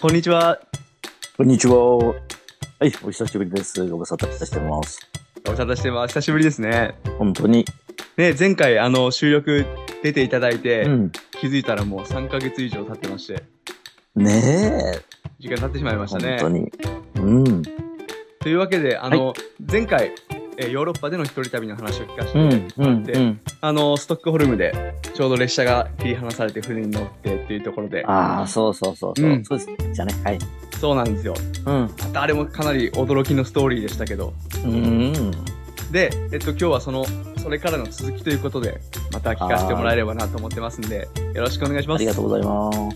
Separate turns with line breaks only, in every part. こんにちは。
こんにちは。はい、お久しぶりです。ご無沙汰してます。
ご無沙汰してます。久しぶりですね。
本当に。
ね、前回、あの、収録出ていただいて、
うん。
気づいたらもう3ヶ月以上経ってまして、
ねえ。
時間経ってしまいました
本
ね
当。に。うん。
というわけで、あの、前回、えーヨーロッパでの一人旅の話を聞かせて、
うん。うん。
で
うん。
あの、ストックホルムで、ちょうど列車が切り離されて船に乗ってっていうところで、
ああ、そうそうそうそう。
うん
そうです。じゃね。はい。
そうなんですよ。
うん。
あれもかなり驚きのストーリーでしたけど、
うん。
で、えっと、今日はその、それからの続きということで、また聞かせてもらえればなと思ってますんで、よろしくお願いします。
ありがとうございます。は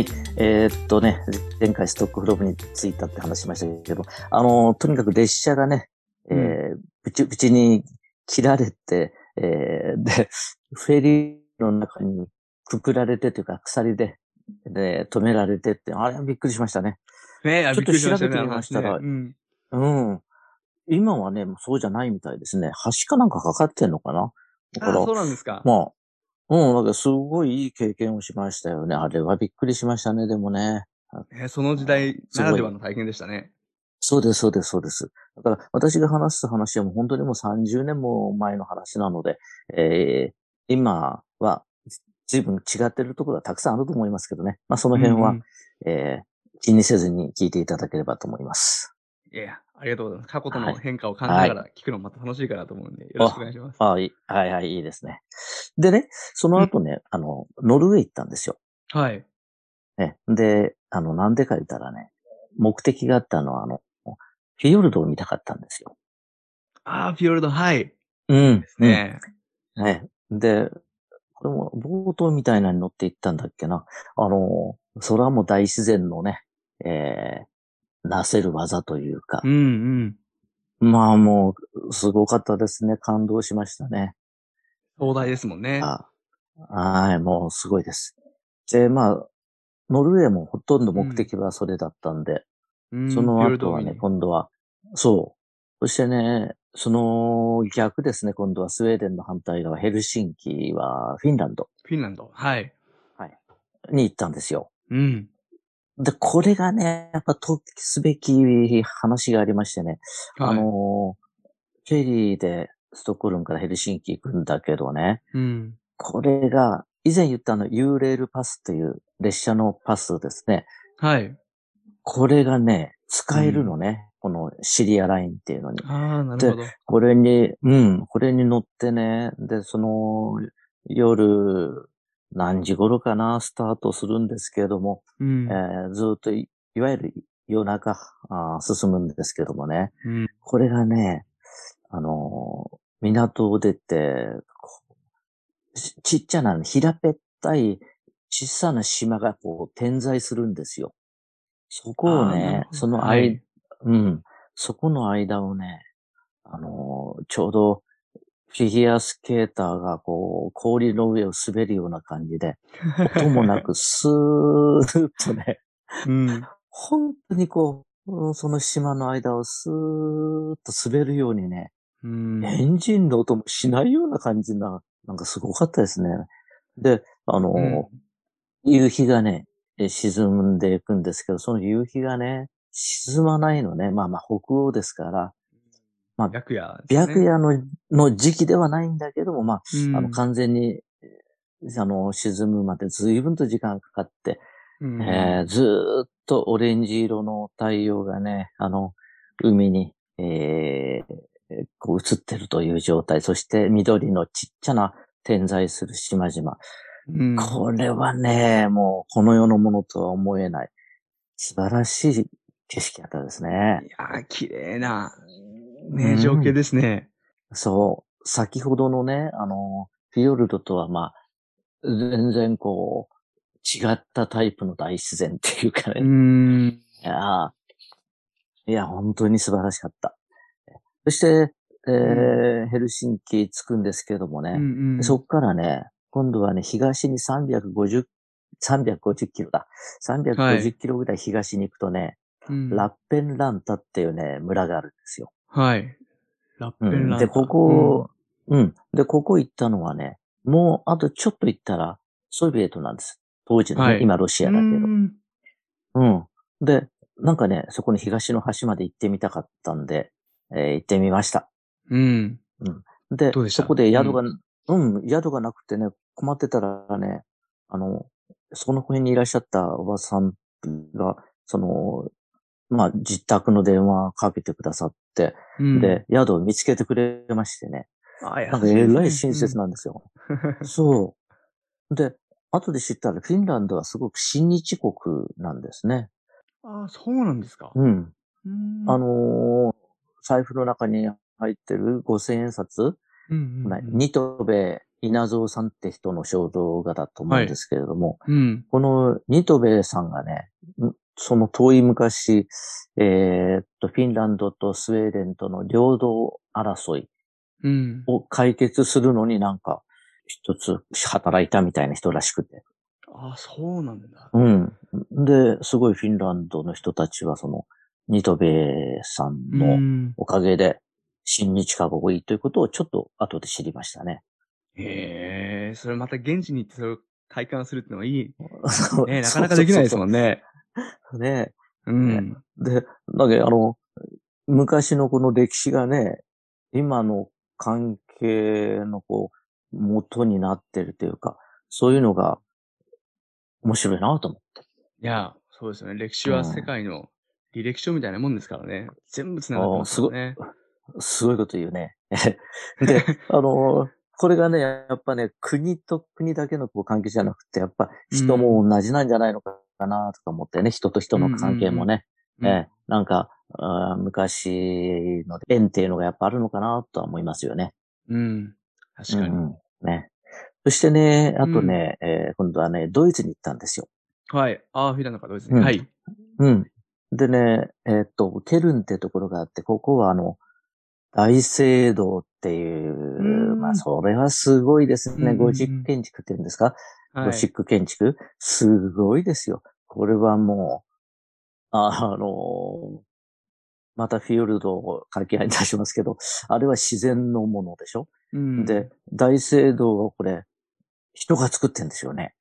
い。えーっとね、前回ストックフロムに着いたって話しましたけど、あの、とにかく列車がね、え
う
ー、ぶちぶちに切られて、えー、で、フェリーの中にくくられてというか、鎖で、で、止められてって、あれはびっくりしましたね。
ねえ、
ちょっと
びくりししたね
調べてみましたら
あの話ねうん
うん。今はね、もうそうじゃないみたいですね。橋かなんかかかってんのかなだから
あ、そうなんですか。
まあ、うん、なんかすごいいい経験をしましたよね。あれはびっくりしましたね、でもね。
ねその時代ならではの体験でしたね。
そうです、そうです、そうです。だから私が話す話はもう本当にもう30年も前の話なので、えー今は随分違ってるところはたくさんあると思いますけどね。まあその辺は、
うんうん
えー気にせずに聞いていただければと思います。
いやいや、ありがとうございます。過去と
は
の
い
変化を感じながら聞くのもまた楽しいかなと思うんで、よろしくお願いします。
ああいいはいはい、いいですね。でね、その後ね、あの、ノルウェー行ったんですよ。
はい。
ね、で、あの、なんでか言ったらね、目的があったのは、あの、フィヨルドを見たかったんですよ。
ああ、フィヨルド、はい。
うん。
ねえ
うん。ね。で、これも、ボートみたいなのに乗って行ったんだっけな。あの、それはもう大自然のね、えー、なせる技というか
う、んうん。
まあもう、すごかったですね。感動しましたね。
壮大ですもんね。
あはい、もうすごいです。で、まあ、ノルウェーもほとんど目的はそれだったんで、
うん
その後
フィヨ
はね、
ルドを見に
今度は、そう。そしてね、その逆ですね、今度はスウェーデンの反対側、ヘルシンキはフィンランド
フィンランド、はい。
に行ったんですよ。
うん。
で、これがね、やっぱときすべき話がありましてね、
はい
あのー、フェリーでストックホルムからヘルシンキ行くんだけどね、
うん。
これが、以前言ったあの、ユーレールパスという列車のパスですね。
はい。
これがね、使えるのね、このシリアラインっていうのに。
ああ、なるほど。
これに、うん、これに乗ってね、で、その、夜、何時頃かな、スタートするんですけれども、
うん
え。ーずっとい、いわゆる夜中あー、進むんですけどもね、
うん
これがね、あのー港を出て、こうちちっちゃな、平べったい、小さな島がこう、点在するんですよ。そこを
あーなる
ね
ほ、ど
その間、
はい
うん。そこの間をね、あのーちょうどフィギュアスケーターがこう、氷の上を滑るような感じ で、音もなくスーッとね、
うん。
本当にこう、うんその島の間をスーッと滑るようにね、
うん。
エンジンの音もしないような感じな、なんかすごかったですね。で、あのー
うん
夕日がね、え沈んでいくんですけど、その夕日がね、沈まないのね。まあまあ北欧ですから、
白夜ですね。
白夜の,、の時期ではないんだけども、まあ、
うん、
あの完全に、あの、沈むまで随分と時間かかって、
うん
えーずーっとオレンジ色の太陽がね、あの、海に、えーこう映ってるという状態、そして緑のちっちゃな点在する島々。
うん
これはね、もうこの世のものとは思えない、素晴らしい景色だったですね。
いやー、綺麗な、
う
ね、
ん
情景ですね。
そう、先ほどのね、あの、フィヨルドとはまあ、全然こう、違ったタイプの大自然っていうかね、
うーん。
いやーいや、本当に素晴らしかった。そして、えーヘルシンキ着くんですけどもね、
うんうん
そっからね、今度はね、東に350、350キロだ。
はい
350キロぐらい東に行くとね、
うん
ラッペンランタっていうね、村があるんですよ。
はい。ラッペ
う
ンランタ
ん、で、ここ、、うん、で、ここ行ったのはね、もうあとちょっと行ったら、ソビエトなんです。当時のね、
はい
今ロシ
う
アだけど。
ん
うん。で、なんかね、そこの東の端まで行ってみたかったんで、えー行ってみました。
うん。
で、
どうでした
そこで宿が、うん、宿がなくてね、困ってたらね、あの、その辺にいらっしゃったおばさんが、その、まあ、自宅の電話かけてくださって、
うん、
で、宿を見つけてくれましてね。
あ、
なんかえらい親切
な。
なんですよ。そう。で、後で知ったらフィンランドはすごく親日国なんですね。
ああ、そうなんですか。
うん。
うん
あ、のー財布の中に入ってる五千円札、
うんうん
まあニトベ稲造さんって人の肖像画だと思うんですけれども、
うん。
このニトベさんがね、んその遠い昔、えーっと、フィンランドとスウェーデンとの領土争い
うん。
を解決するのになんか、一つ働いたみたいな人らしくて。
ああ、そうなんだ。
うん。で、すごいフィンランドの人たちはその、ニトベさん
う
の
ん。
おかげで、新日韓国いいということをちょっと後で知りましたね。
へえ、それまた現地に行ってそれを体感するってのはいい。 ね、な
な
かなかできないですもんね。
ね。
うん。
で、なんかあの、昔のこの歴史がね、今の関係のこう、元になってるというか、そういうのが面白いなと思って。
いや、そうですよね。歴史は世界の履歴書みたいなもんですからね。全部繋がってますよね。
すごいこと言う ね。で、あの、これがね、やっぱね、国と国だけのこう関係じゃなくて、やっぱ人も同じなんじゃないのかなとか思ってね、人と人の関係もね、
うん
ええなんか、あー昔の縁っていうのがやっぱあるのかなとは思いますよね。
うん。確かに。
うんうんね。そしてね、あとね、えー今度はね、ドイツに行ったんですよ。
はい。ああ、フィラの方です
う
ね。
ん
はい。
うん。でね、えーっと、ケルンってところがあって、ここはあの、大聖堂っていう、
ん
まあ、それはすごいです
うんうんう
ね。
ん
ゴシック建築っていうんですか、
は
ゴシ
い
ッ。ク建築すごいですよ。これはもう、ああの、またフィヨルドを掛け合いに出しますけど、あれは自然のものでしょ、
うん
で、、大聖堂はこれ、人が作ってんですよね。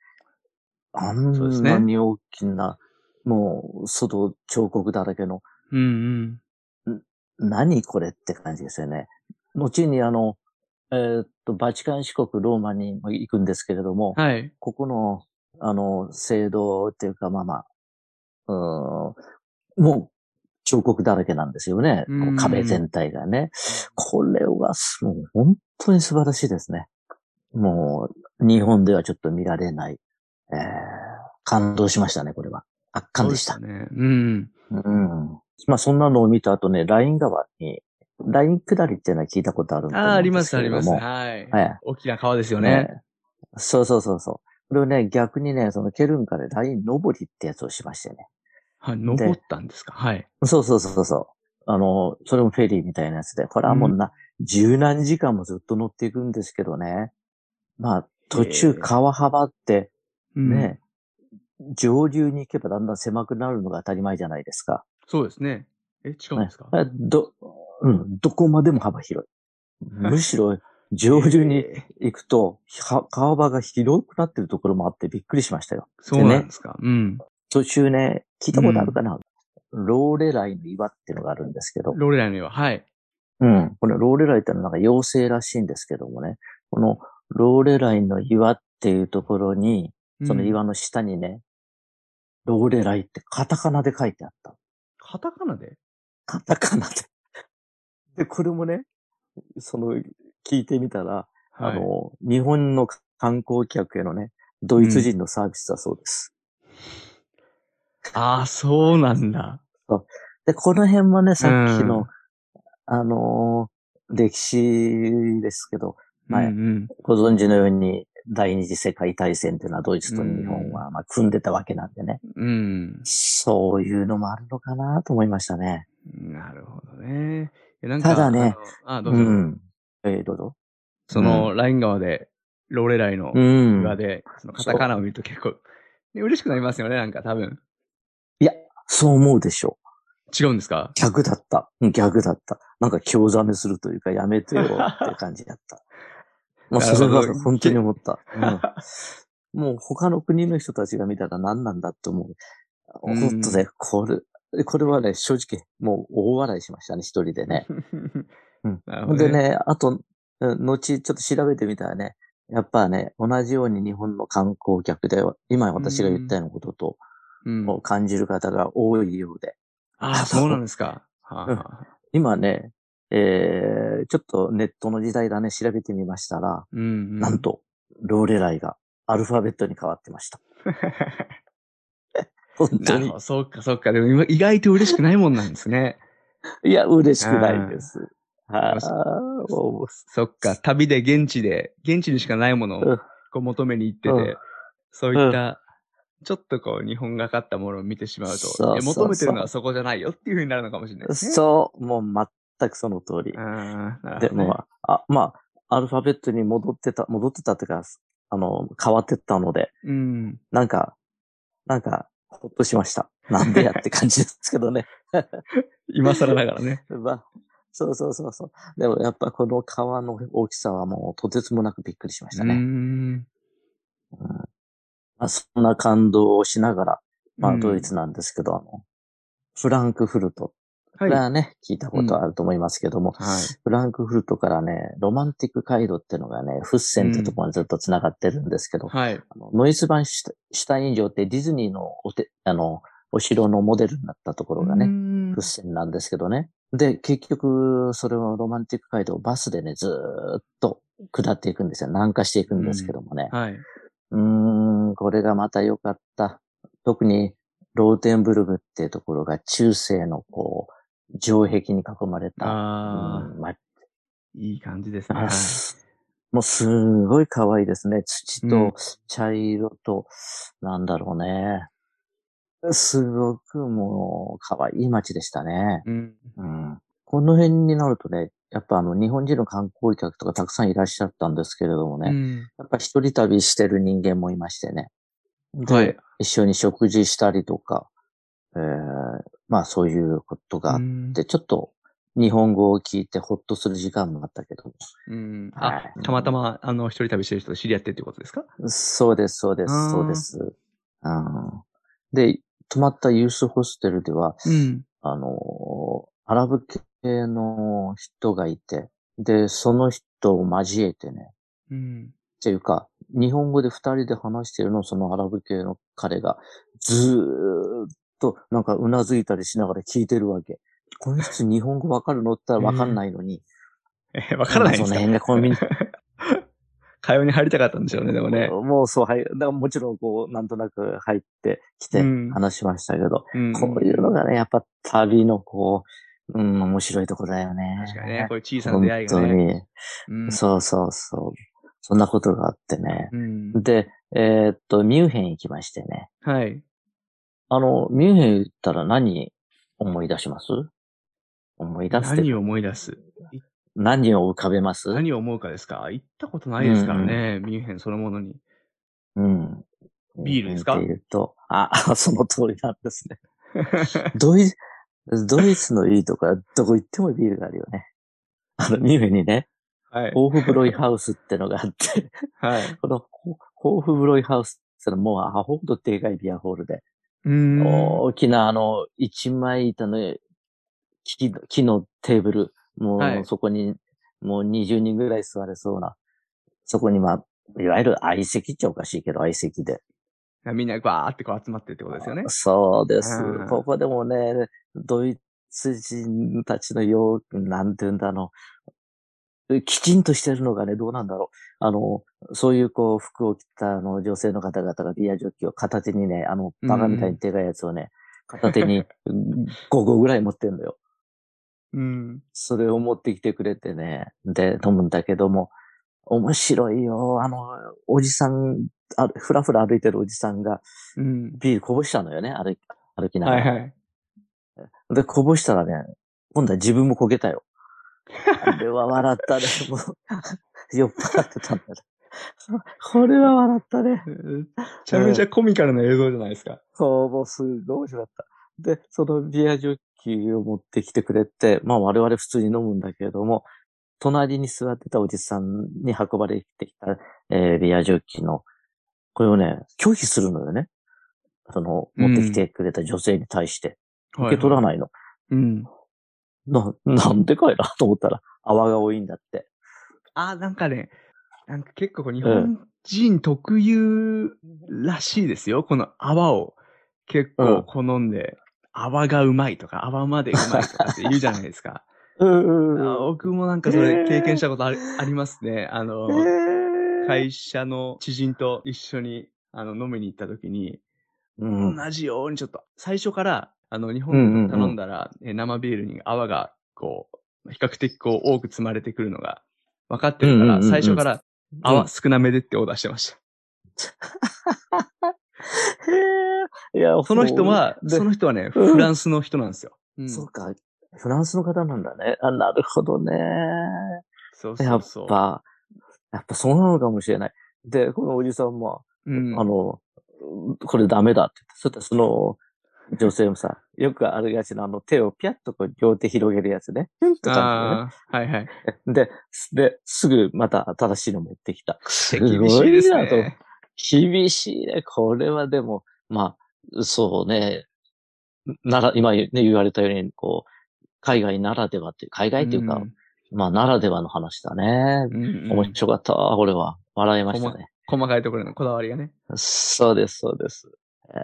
あ
そうです
ん
ね
なに大きな、もう、外彫刻だらけの、
うんうん。
何これって感じですよね。後にあの、えーっと、バチカン四国ローマにも行くんですけれども、
はい。
ここの、あの、聖堂っていうか、まあまあ、うーん、もう、彫刻だらけなんですよね。こう
うん
壁全体がね。これはす、もう本当に素晴らしいですね。もう、日本ではちょっと見られない。えー、感動しましたね、これは。圧巻でした。
そうね。うん。
うん。まあ、そんなのを見た後ね、ライン川に、ライン下りっていうのは聞いたことあると思
ああ、あ
う
り
んで
ますす、
け
あ
れ
り
ど
ます。
も。
はい。
はい。
大きな川ですよね。
ええ。そうそうそうそう。これをね、逆にね、そのケルンからライン登りってやつをしましてね。
はい。登ったんですか。はい。
そうそうそうそう。あの、それもフェリーみたいなやつで、これはもうな、十何時間もずっと乗っていくんですけどね。まあ、途
へえ
中川幅って
うん。
ね、上流に行けばだんだん狭くなるのが当たり前じゃないですか。
そうですね。え、違うんですか
ねど、うん、どこまでも幅広 い。むしろ上流に
えー
行くと、は川幅が広くなってるところもあってびっくりしましたよ。
そうなんですか。うん。
途中ね、聞いたことあるかな、ローレライの岩っていうのがあるんですけど、
ローレラには、はい。
うん。このローレライってのはなんか妖精らしいんですけどもね、このローレライの岩っていうところに、その
うん。
岩の下にね、ローレライってカタカナで書いてあった。
カタカナで
カタカナで。 で、これもね、その、聞いてみたら、
は
あ
い。
の、日本の観光客へのね、ドイツ人のサービスだそうです。
ああ、そうなんだ。
で、この辺もね、さっきの、
うん
あのー歴史ですけど、まあ
うんうん。
ご存知のように、第二次世界大戦というのはドイツと日本は、まあ、組んでたわけなんでね。
うん。
そういうのもあるのかなと思いましたね。
なるほどね。いやなん
ただね。
あのあ、ど
う
うぞ。
ん。えーどうぞ。
その、ライン川で、ローレライの
うん。
岩で、そのカタカナを見ると結構、ね嬉しくなりますよね、なんか多分。
いや、そう思うでしょう。
違うんですか
逆だった。うん逆だった。なんか興ざめするというか、やめて よって感じだった。まあ、それ
な
は
るほど。
本当に思った。うん もう他の国の人たちが見たら何なんだって思う。おっとね、これ、これはね、正直、もう大笑いしましたね、一人でね。 うん
なる
ほ
ほ
ん
ど
で
ね。
ね、あと、うん後ちょっと調べてみたらね、やっぱね、同じように日本の観光客で、今私が言ったようなことと、
うん
もう感じる方が多いようで、
ああ、そうなんですか。はあ
今ね、えー、ちょっとネットの時代だね、調べてみましたら、
うんうん
なん。 と、ローレライがアルファベットに変わってました。本当
なる
に
ほ。ど、そうか、そうか。でも今意外と嬉しくないもんなんですね。
いや、嬉しくないです。は
よし
い。もう
そっか、旅で現地で、現地にしかないもの
う
を
ん
こう求めに行ってて、
うん
そういった、ちょっとこう、日本がかったものを見てしまうと、
そう
え
そう
求めてるのはそこじゃないよっていうふうになるのかもしれないですね。
そう、もう全くその通り
う。んなる
で
ほどね
も、あ、まあ、アルファベットに戻ってた、戻ってたっていうか、あの、変わってったので、
うん。
なんか、なんか、ほっとしました。なんでやって感じですけどね。
今更ながらね。
まあ、そうそうそうそう。でもやっぱこの川の大きさはもうとてつもなくびっくりしました
うー
ね。
ん。
まあ、そんな感動をしながら、ま
う
あ
ん
ドイツなんですけど、あの、フランクフルト。こ
はい。
れ
は
はね、聞いたことあると思いますけども、
い。
フランクフルトからね、ロマンティック街道っていうのがね、フッセンってところにずっと繋がってるんですけど、
はい。
あのノイスバンシュタシュタイン城ってディズニーのおて、あの、お城のモデルになったところがね、
ね
フッセンなんですけどね。で、結局、それをロマンティック街道をバスでね、ずーっと下っていくんですよ。南下していくんですけどもね。
はい。
うーん、これがまた良かった。特に、ローテンブルグっていうところが中世のこう、城壁に囲まれた、
ああ、
うんま
いい感じですね。
あ
はい
もうすごい可愛いですね。土
うん
と茶色と、なんだろうね。すごくもう可愛い街でしたね。
うん。
うん。この辺になるとね、やっぱあの日本人の観光客とかたくさんいらっしゃったんですけれどもね、
うん
やっぱ一人旅してる人間もいましてね。で、
はい。
一緒に食事したりとか、えーまあそういうことがあ
う
っ
ん
て、ちょっと日本語を聞いてほっとする時間もあったけども、
うん。
は
あ
い、
たまたま、あの、一人旅してる人と知り合ってってことですか
そうです、そうで
あー
す、そうです。うんで、泊まったユースホステルでは、
うん。
あのーアラブ系の人がいて、で、その人を交えてね、
うん。
っていうか、日本語で二人で話してるのをそのアラブ系の彼が、ずーっとなんかうなずいたりしながら聞いてるわけ。この人日本語わかるのって言ったらわかんないのに。
え、 わからないんで
そ
すか
の辺がコンビニ、
会話に入りたかったんでしょうね、でもね。
もうそう、はい。だからもちろんこう、なんとなく入ってきて
うん
話しましたけど、
うん
こういうのがね、やっぱ旅のこう、うん、面白いところだよね。
確かにね、こういう小さな出会いが
本当
ね。
に、
うん
そうそうそう。そんなことがあってね。
うん。
で、えーっと、ミュンヘン行きましてね。
はい。
あの、ミュンヘン行ったら何思い出します思い出すって
何を思い出す
何を浮かべます
何を思うかですか行ったことないですからね、ミュンヘンそのもの に。
うん。
ビールですか
ミュンヘンって言うと、あ、 その通りなんですね。ドイツ、ドイツのいいとこはどこ行ってもビールがあるよね。あの、ミュンヘンにね、
はい。
ホーフブロイハウスってのがあって、
はい。
このホホーフブロイハウスってのはもうアホほどでかいビアホールで、
うーん。
大きなあの、一枚板の木の木のテーブル、も
はいう
そこに、もう20人ぐらい座れそうな、そこにまあ、いわゆる相席っておかしいけど、相席で。
みんなバーってこう集まってってことですよね。
そうです
うん。
ここでもね、ドイツ人たちのよう、なんて言うんだろう。きちんとしてるのがね、どうなんだろう。あの、そういうこう、服を着たあの女性の方々がビアジョッキを片手にね、あの、バカみたいにでかいやつをね、片手に5個ぐらい持ってんのよ。
うん。
それを持ってきてくれてね、で、飲むんだけども、面白いよ。あの、おじさん、あふらふら歩いてるおじさんが、
うん。
ビールこぼしたのよね、歩き歩きなが
は
ら
い。はい。
で、こぼしたらね、今度は自分もこけ たよ。あれは笑ったね。もう、 酔っ払ってたんだね。これは笑ったね。
めちゃめちゃコミカルな映像じゃないですか。
そう、もうすごい面白かった。で、そのビアジョッキを持ってきてくれて、まあ我々普通に飲むんだけれども、隣に座ってたおじさんに運ばれてきた、えービアジョッキの、これをね、拒否するのよね。その、持ってきてくれた女性に対して、受け取ら
ない。
ないの。
うん。
な、なんでかいなと思ったら、泡が多いんだって。
あー、なんかね、なんか結構こう日本人特有らしいですよ。この泡を結構好んで、泡がうまいとか、泡までうまいとかって言うじゃないです か。
うん
あー僕もなんかそれ経験したことあり,、ありますね。あの、会社の知人と一緒にあの飲みに行った時に、
うん。
同じようにちょっと、最初から、あの、日
うんうん
本
うん
頼んだら、え生ビールに泡が、こう、比較的こう、多く積まれてくるのが、分かってるか
うんうんうん
ら、
うん
最初から、
う
泡
ん
少なめでってオーダーしてました。
へーいや、
その人は、
で
その人はね、
うん
フランスの人なんですよ。うん
そうか。フランスの方なんだね。あ、なるほどね。
そうそ
や
う
っ
そう。
ぱ、やっぱそうなのかもしれない。で、このおじさんも、
うん
あの、これダメだって言って。そしたらその、女性もさ、よくあるやつのあの手をピャッとこう両手広げるやつね。ピュンって感
ああ、はいはい。
じでね。で、で、すぐまた新しいの持ってきた。
手厳しいです
すごいな
ね。
厳しいね。これはでも、まあ、そうね。なら、今ね、言われたように、こう、海外ならではっていう、海外っていうか、まあ、ならではの話だね。
うん、うんうん
面白かったわ、これは。笑いましたね。
細かいところのこだわりがね。
そうです、そうです。えー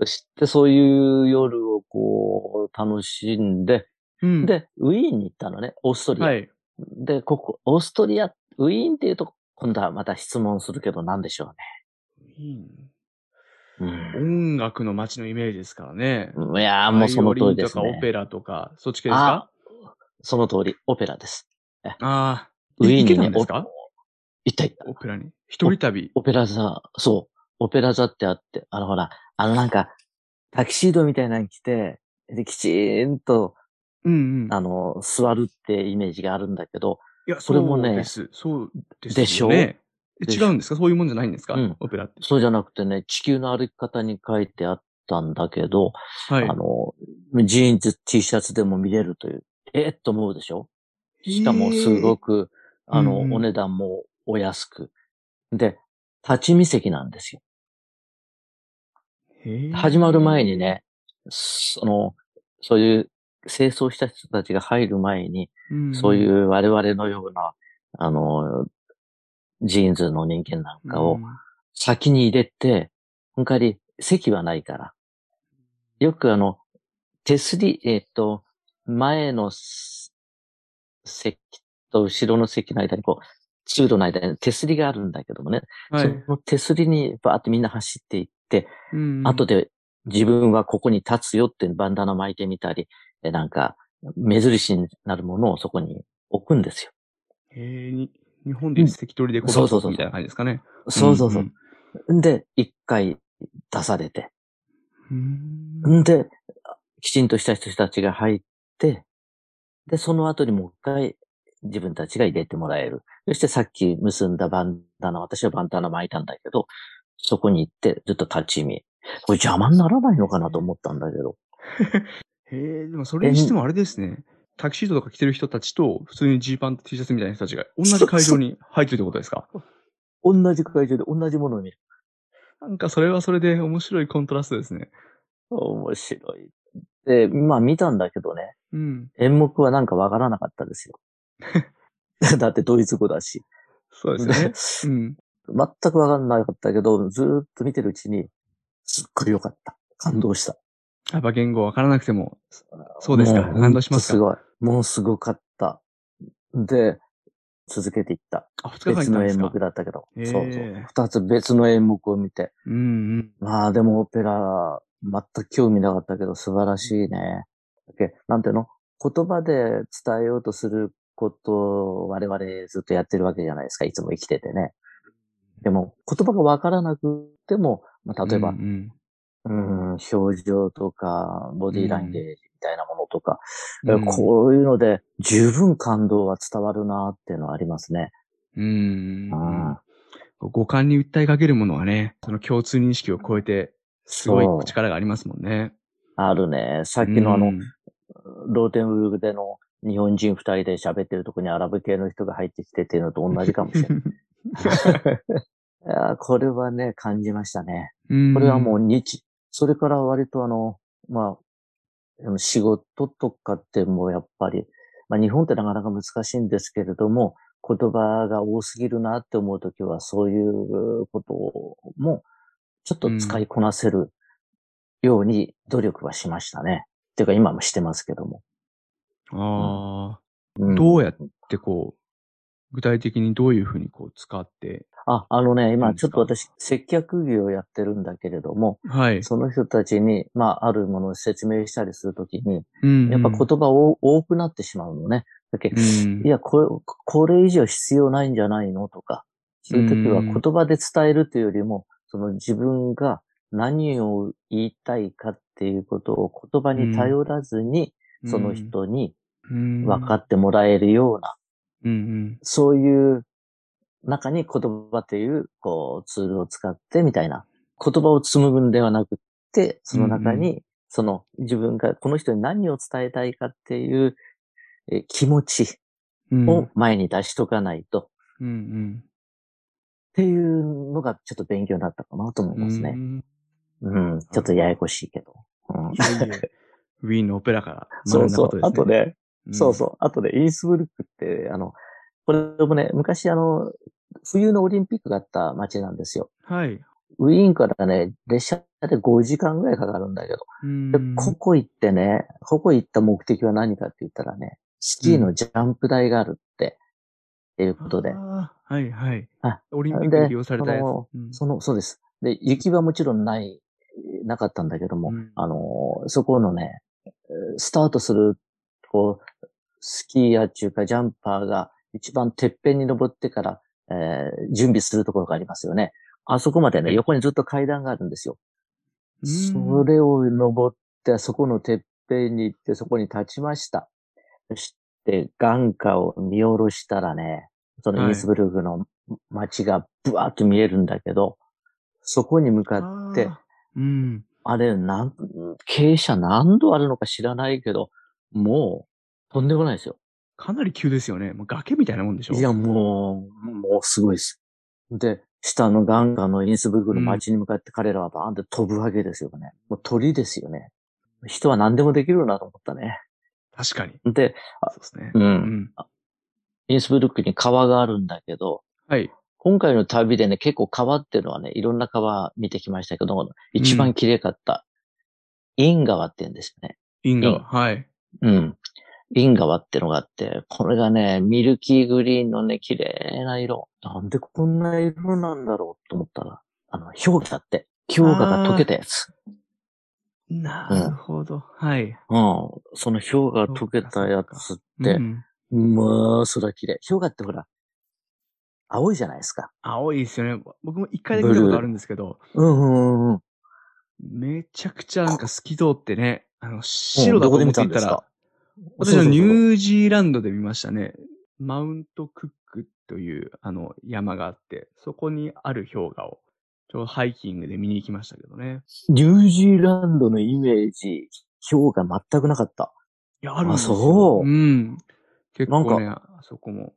そして、そういう夜をこう、楽しんで、
うん、
で、ウィーンに行ったのね、オーストリア。
はい。
で、ここ、オーストリア、ウィーンっていうと、今度はまた質問するけど、なんでしょうね。
音楽の街のイメージですからね。
うん、いやー、もうその通りです
バイオリンとかオ
ね。
ペラとか、そっち系です
あ
か
その通り、オペラです。
ああ。
ウィーン
行け
に
た
ね
ん、ですか
お行った行った。
オペラに。一人旅。
オペラ座、そう、オペラ座ってあって、あのほら、あのなんか、タキシードみたいなの着て、で、きちんと、
うんうん。
あの、座るってイメージがあるんだけど、
いや、
そ
そ
れも
う
ね
です。そうですよね。
でしょ
え違
でしょ
うんですかそういうもんじゃないんですか
うん
オペラって。
そうじゃなくてね、地球の歩き方に書いてあったんだけど、
はい
あ。の、ジーンズ、T シャツでも見れるという、えーっと思うでしょしかもすご
く。
く、あの、
うんうん
お値段もお安く。で、立ち見席なんですよ。始まる前
に。
にね、その、そういう清掃した人たちが入る前に、そういうう我々のような、あの、ジーンズの人間なん
ん
かを。先に入れて、ほかに席はないから。よくあの、手すり、えっ、と、前のす席と後ろの席の間にこう、通路の間に手すりがあるんだけどもね、
はい。
その手すりにバーってみんな走っていって、
うんうん
後。で自分はここに立つよってバンダナ巻いてみたり、えなんか、目印になるものをそこに置くんですよ。
へえ、に日本で一石取りでこ
そうそうそう
みたいな感じですかね。
そうそうそう。
ん
で、一回出されて。
うん。うん
んで、きちんとした人たちが入って、で、その後にもう一回自分たちが入れてもらえる。そしてさっき結んだバンダナ、私はバンダナ巻いたんだけど、そこに行ってずっと立ち見。これ邪魔にならないのかなと思ったんだけど。
へえ、でもそれにしてもあれですね。タキシードとか着てる人たちと、普通にジーパンと T シャツみたいな人たちが、同じ会場に入ってるってことですか
同じ会場で同じものを見る。
なんかそれはそれで面白いコントラストですね。
面白い。で、まあ見たんだけどね、
うん。
演目はなんかわからなかっ たですよ。だってドイツ語だし。
そうですよね
で。
う ん。
全くわからなかったけど、ずーっと見てるうちに、すっごい良かった。感動した。
やっぱ言語わからなくても、そうですか。
もう
感動します
す
か
ごい。もうすごかった。で、続けていった。
あ、二日間行った
別
ん
の
です
演
か
目だったけど。
へー
そうそう。二つ別の演目を見て。
うんうん。
まあでもオペラ、全く興味なかったけど素晴らしいね。でなんていうの言葉で伝えようとすることを我々ずっとやってるわけじゃないですか。いつも生きててね。でも言葉がわからなくても、まあ、例えば、
うんうん
うん、表情とかボディーランゲージみたいなものとか、
うん
こういうので十分感動は伝わるなっていうのはありますね。
うん
うん
五感に訴えかけるものはね、その共通認識を超えて、すごい力がありますもんね。
あるね。さっきのあ
う
の、
ん
ローテンブルクでの日本人二人で喋ってるとこにアラブ系の人が入ってきてっていうのと同じかもし れないいやー。これはね、感じましたね。
うん
これはもう日、それから割とあの、まああの、仕事とかってもうやっぱり、まあ日本ってなかなか難しいんですけれども、言葉が多すぎるなって思うときは、そういうことも、ちょっと使いこなせるように努力はしましたね。っていうか今もしてますけども。
ああ、
うん
どうやってこう、具体的にどういうふうにこう使って、
あ、あのね、
いい
今
んで
ちょ
す
っ
か
と私、接客業をやってるんだけれども、
はい。
その人たちに、まあ、あるものを説明したりするときに、
うんうん
やっぱ言葉を多くなってしまうのね。だけど
うん
いや、これ、これ以上必要ないんじゃないのとか、そういう時は
うん
言葉で伝えるというよりも、その自分が何を言いたいかっていうことを言葉に頼らずに、その人に
うん、
分かってもらえるような、
うんうん。
そういう中に言葉っていう、こう、ツールを使ってみたいな。言葉を紡ぐんではなくって、その中に、その自分がこの人に何を伝えたいかっていうえ気持ち
うん
を前に出しとかないと、
うんうん。
っていうのがちょっと勉強になったかなと思いますね。
ね。
うん、ちょっとややこしいけど。うん
いえいえウィーンのオペラから
そ
学ん
う
だ
そ
こと
う
で。すね。
あとね、
ん
そうそう。あとね、イースブルックって、あの、これもね、昔あの、冬のオリンピックがあった街なんですよ。
はい。
ウィーンからね、列車で5時間ぐらいかかるんだけど、
う
で
ん
ここ行ってね、ここ行った目的は何かって言ったらね、スキーのジャンプ台があるって、っていうことで、
あーはいはい
あ。
オリンピックで利用されたやつ
あの。
うん
その、そうです。で、雪はもちろんない、なかったんだけども、
うん
あの、そこのね、えースタートする、こう、スキーヤーっていうかジャンパーが一番てっぺんに登ってから、えー準備するところがありますよね。あそこまでね、横にずっと階段があるんですよ。
うん
それを登って、そこのてっぺんに行って、そこに立ちました。そして、眼下を見下ろしたらね、そのイースブルグの街がブワーッと見えるんだけど、そこに向かっ
あ
て、
ーうん。
あれ、なん、傾斜何度あるのか知らないけど、もう、とんでもないですよ。
かなり急ですよね。もう崖みたいなもんでしょ
いや、もう、もうすごいです。で、下の眼下のイースブルグの街に向かって彼らはバーンって飛ぶわけですよね。もう鳥ですよね。人は何でもできるなと思ったね。
確かに。
で、
そうですね。
う、
うんん。
イースブルグに川があるんだけど、
はい。
今回の旅でね、結構川っていうのはね、いろんな川見てきましたけど、一番綺麗かった、イン川って言うんですよね。
インガ
イン
はい。
うん。イン川ってのがあって、これがね、ミルキーグリーンのね、綺麗な色。なんでこんな色なんだろうと思ったら、あの、氷河だって。氷河が溶けたやつ。
なるほど。はい。
うん。その氷河が溶けたやつって
う、ん
まあ、それは綺麗。氷河ってほら、青いじゃないですか。
青いですよね。僕も一回だけ見たことあるんですけど、
うんうんうん。
めちゃくちゃなんか透き通ってね、あの、白だと
どこで
思っ
見
て
た
い
んで
た、
すから
私はニ
そうそうそう
ュージーランドで見ましたね。マウントクックというあの山があって、そこにある氷河を、ちょうどハイキングで見に行きましたけどね。
ニュージーランドのイメージ、氷河全くなかった。
いや、あるんですよ。
あそう
うん。結構ね、
な
あそこも。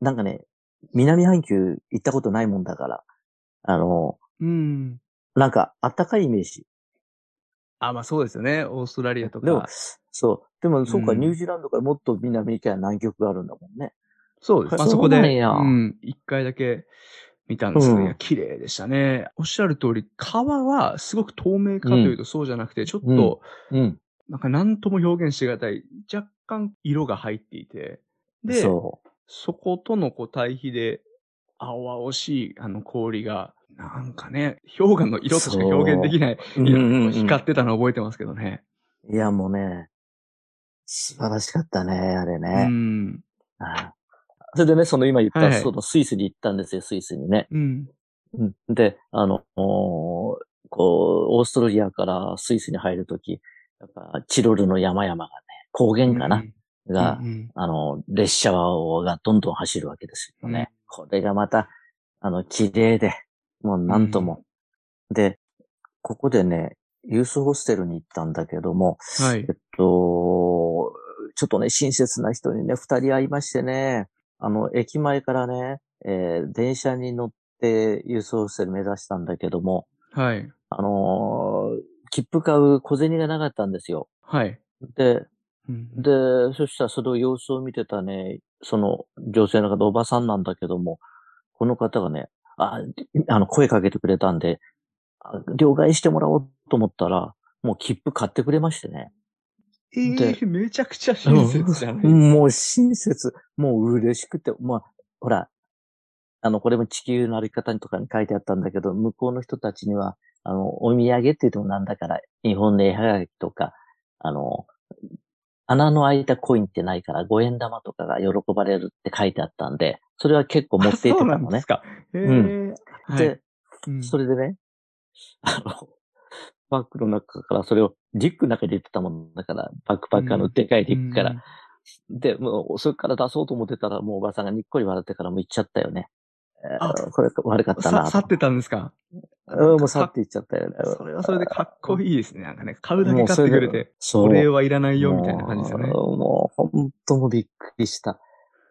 なんかね、南半球行ったことないもんだから、あの、
うん。
なんか、あったかいイメージ。
あ、まあそうですよね。オーストラリアと
でも
か。、
そう。でも、そうか、
うん
ニュージーランドからもっと南行けば南極があるんだもんね。
そうです。
あ
まあそ
そ
こ
う
で、
なんや
うん。一回だけ見たんですけど、
うん
いや、綺麗でしたね。おっしゃる通り、川はすごく透明かというとそうじゃなくて、ちょっと、
うん。
なんか何とも表現しがたい、若干色が入っていて、で、そ
そ
ことのこう対比で、青々しいあの氷が、なんかね、氷河の色としか表現できない、
う。
色
うんうん
が
うん
光ってたの覚えてますけどね。
いや、もうね、素晴らしかったね、あれ
う
ね。
ん。
ああそれでね、その今言った、
はいはい
そのスイスに行ったんですよ、スイスにね。
うん。
うんで、あの、おーこう、オーストラリアからスイスに入るとき、やっぱ、チロルの山々がね、高原かな、が
う、ん
あの、列車がどんどん走るわけですよね。これがまた、あの、綺麗で、もうなんとも。で、ここでね、ユースホステルに行ったんだけども、
はい
え。っと、ちょっとね、親切な人にね、二人会いましてね、あの、駅前からね、えー電車に乗ってユースホステル目指したんだけども、
はい。
あのー切符買う小銭がなかったんですよ。
はい。
で、
うん
で、そしたらそれを様子を見てたね、その女性の方、おばさんなんだけども、この方がね、あ、あの、声かけてくれたんで、あ両替してもらおうと思ったら、もう切符買ってくれましてね。
え
で
ー、めちゃくちゃ親切じゃないですか。
もう親切、もう嬉しくて、まあ、ほら、あの、これも地球の歩き方とかに書いてあったんだけど、向こうの人たちには、あの、お土産って言ってもなんだから、日本の絵はがきとか、あの、穴の開いたコインってないから、五円玉とかが喜ばれるって書いてあったんで、それは結構持って
あ
いってた
そうな
の
んで
ね
す。か。え
う
ー。はい
で、
うん
それでね、あの、バッグの中からそれをリュックの中に入れてたもんだから、バックパッカーのでかいリュックから、で、もう、それから出そうと思ってたら、もうおばさんがにっこり笑ってからもう行っちゃったよね。
あ
あこれ悪か
うん
ったな
さ、
と。
去ってたんですか
うん、もう去って行っちゃったよね。
それはそれでかっこいいですね。なんかね、買うだ
も
け
う
買っ
そ
て
れ
く
で
れて、
そう
お礼はいらないよみたいな感じですよね。
もう、もう本当もうびっくりした。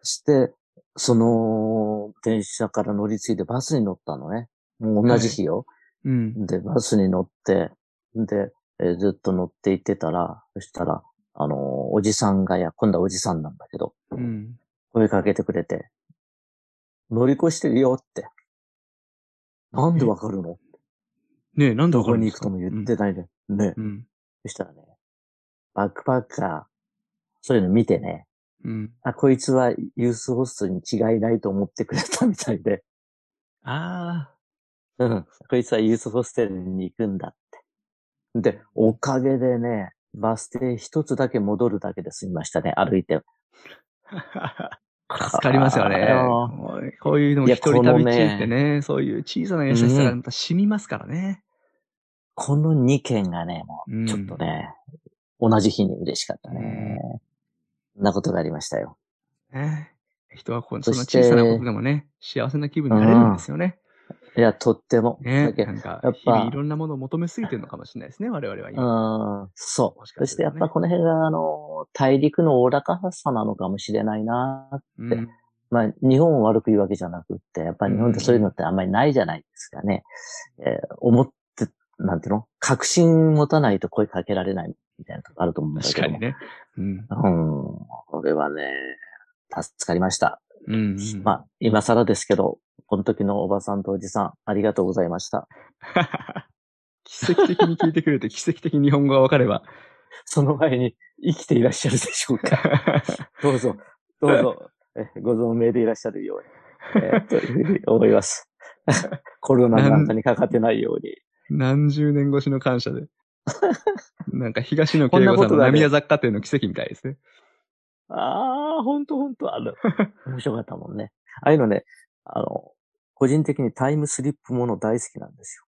して、その、電車から乗り継いでバスに乗ったのね。もう同じ日よ。
うん。
で、バスに乗って、で、えーずっと乗って行ってたら、そしたら、あのーおじさんが、いや、今度はおじさんなんだけど、
うん。
声かけてくれて、乗り越してるよって。なんでわかるの
ねえ、なんで
ど
わか
こ
るん
に
で
行
す
く
か
とも言ってないで。ね。
うん。
そしたらね、バックパッカー、そういうの見てね、
うんうん。
あ、こいつはユースホストに違いないと思ってくれたみたいで、
ああ。
うん、こいつはユースホステルに行くんだって。で、おかげでね、バス停一つだけ戻るだけで済みましたね、歩いて。
助かりますよね
あー。
こうこういうのも一人旅地ってね、そういう小さな優しさがやっぱ染みますからね。
この2件がね、も
うん
う、ちょっとね、同じ日に嬉しかったね。そんなことがありましたよ。
ね人はこうそ
そ
んな
して
小さなことでもね、幸せな気分になれるんですよね。
いや、とっても。
ね
だけ
なんか
やっ、
日
ぱ
々いろんなものを求めすぎてるのかもしれないですね、我々は今。
うん、そ
も
う。
しか
そ
す
し
るとね
てやっぱこの辺が、あの、大陸のおおらかさなのかもしれないな。
うん
まあ、日本を悪く言うわけじゃなくって、やっぱり日本ってそういうのってあんまりないじゃないですかね。えー思って、なんていうの確信持たないと声かけられないみたいなとこあると思うんだけど。
確かに。ね。うん。
うん。これはね、助かりました。
うん。
まあ、今更ですけど、この時のおばさんとおじさん、ありがとうございました。
奇跡的に聞いてくれて、奇跡的に日本語がわかれ ば。
その前に生きていらっしゃるでしょうか。 どうぞ、どうぞ、えご存命でいらっしゃるように、えーというふうに思います。 コロナなんかにかかってないように。
何十年越しの感謝 で。なんか東野圭吾さんの
こんなことがね
涙雑貨店の奇跡みたいですね。
ああ、ほんとほんと、あの、面白かったもんね。ああいうのね、あの、個人的にタイムスリップもの大好きなんです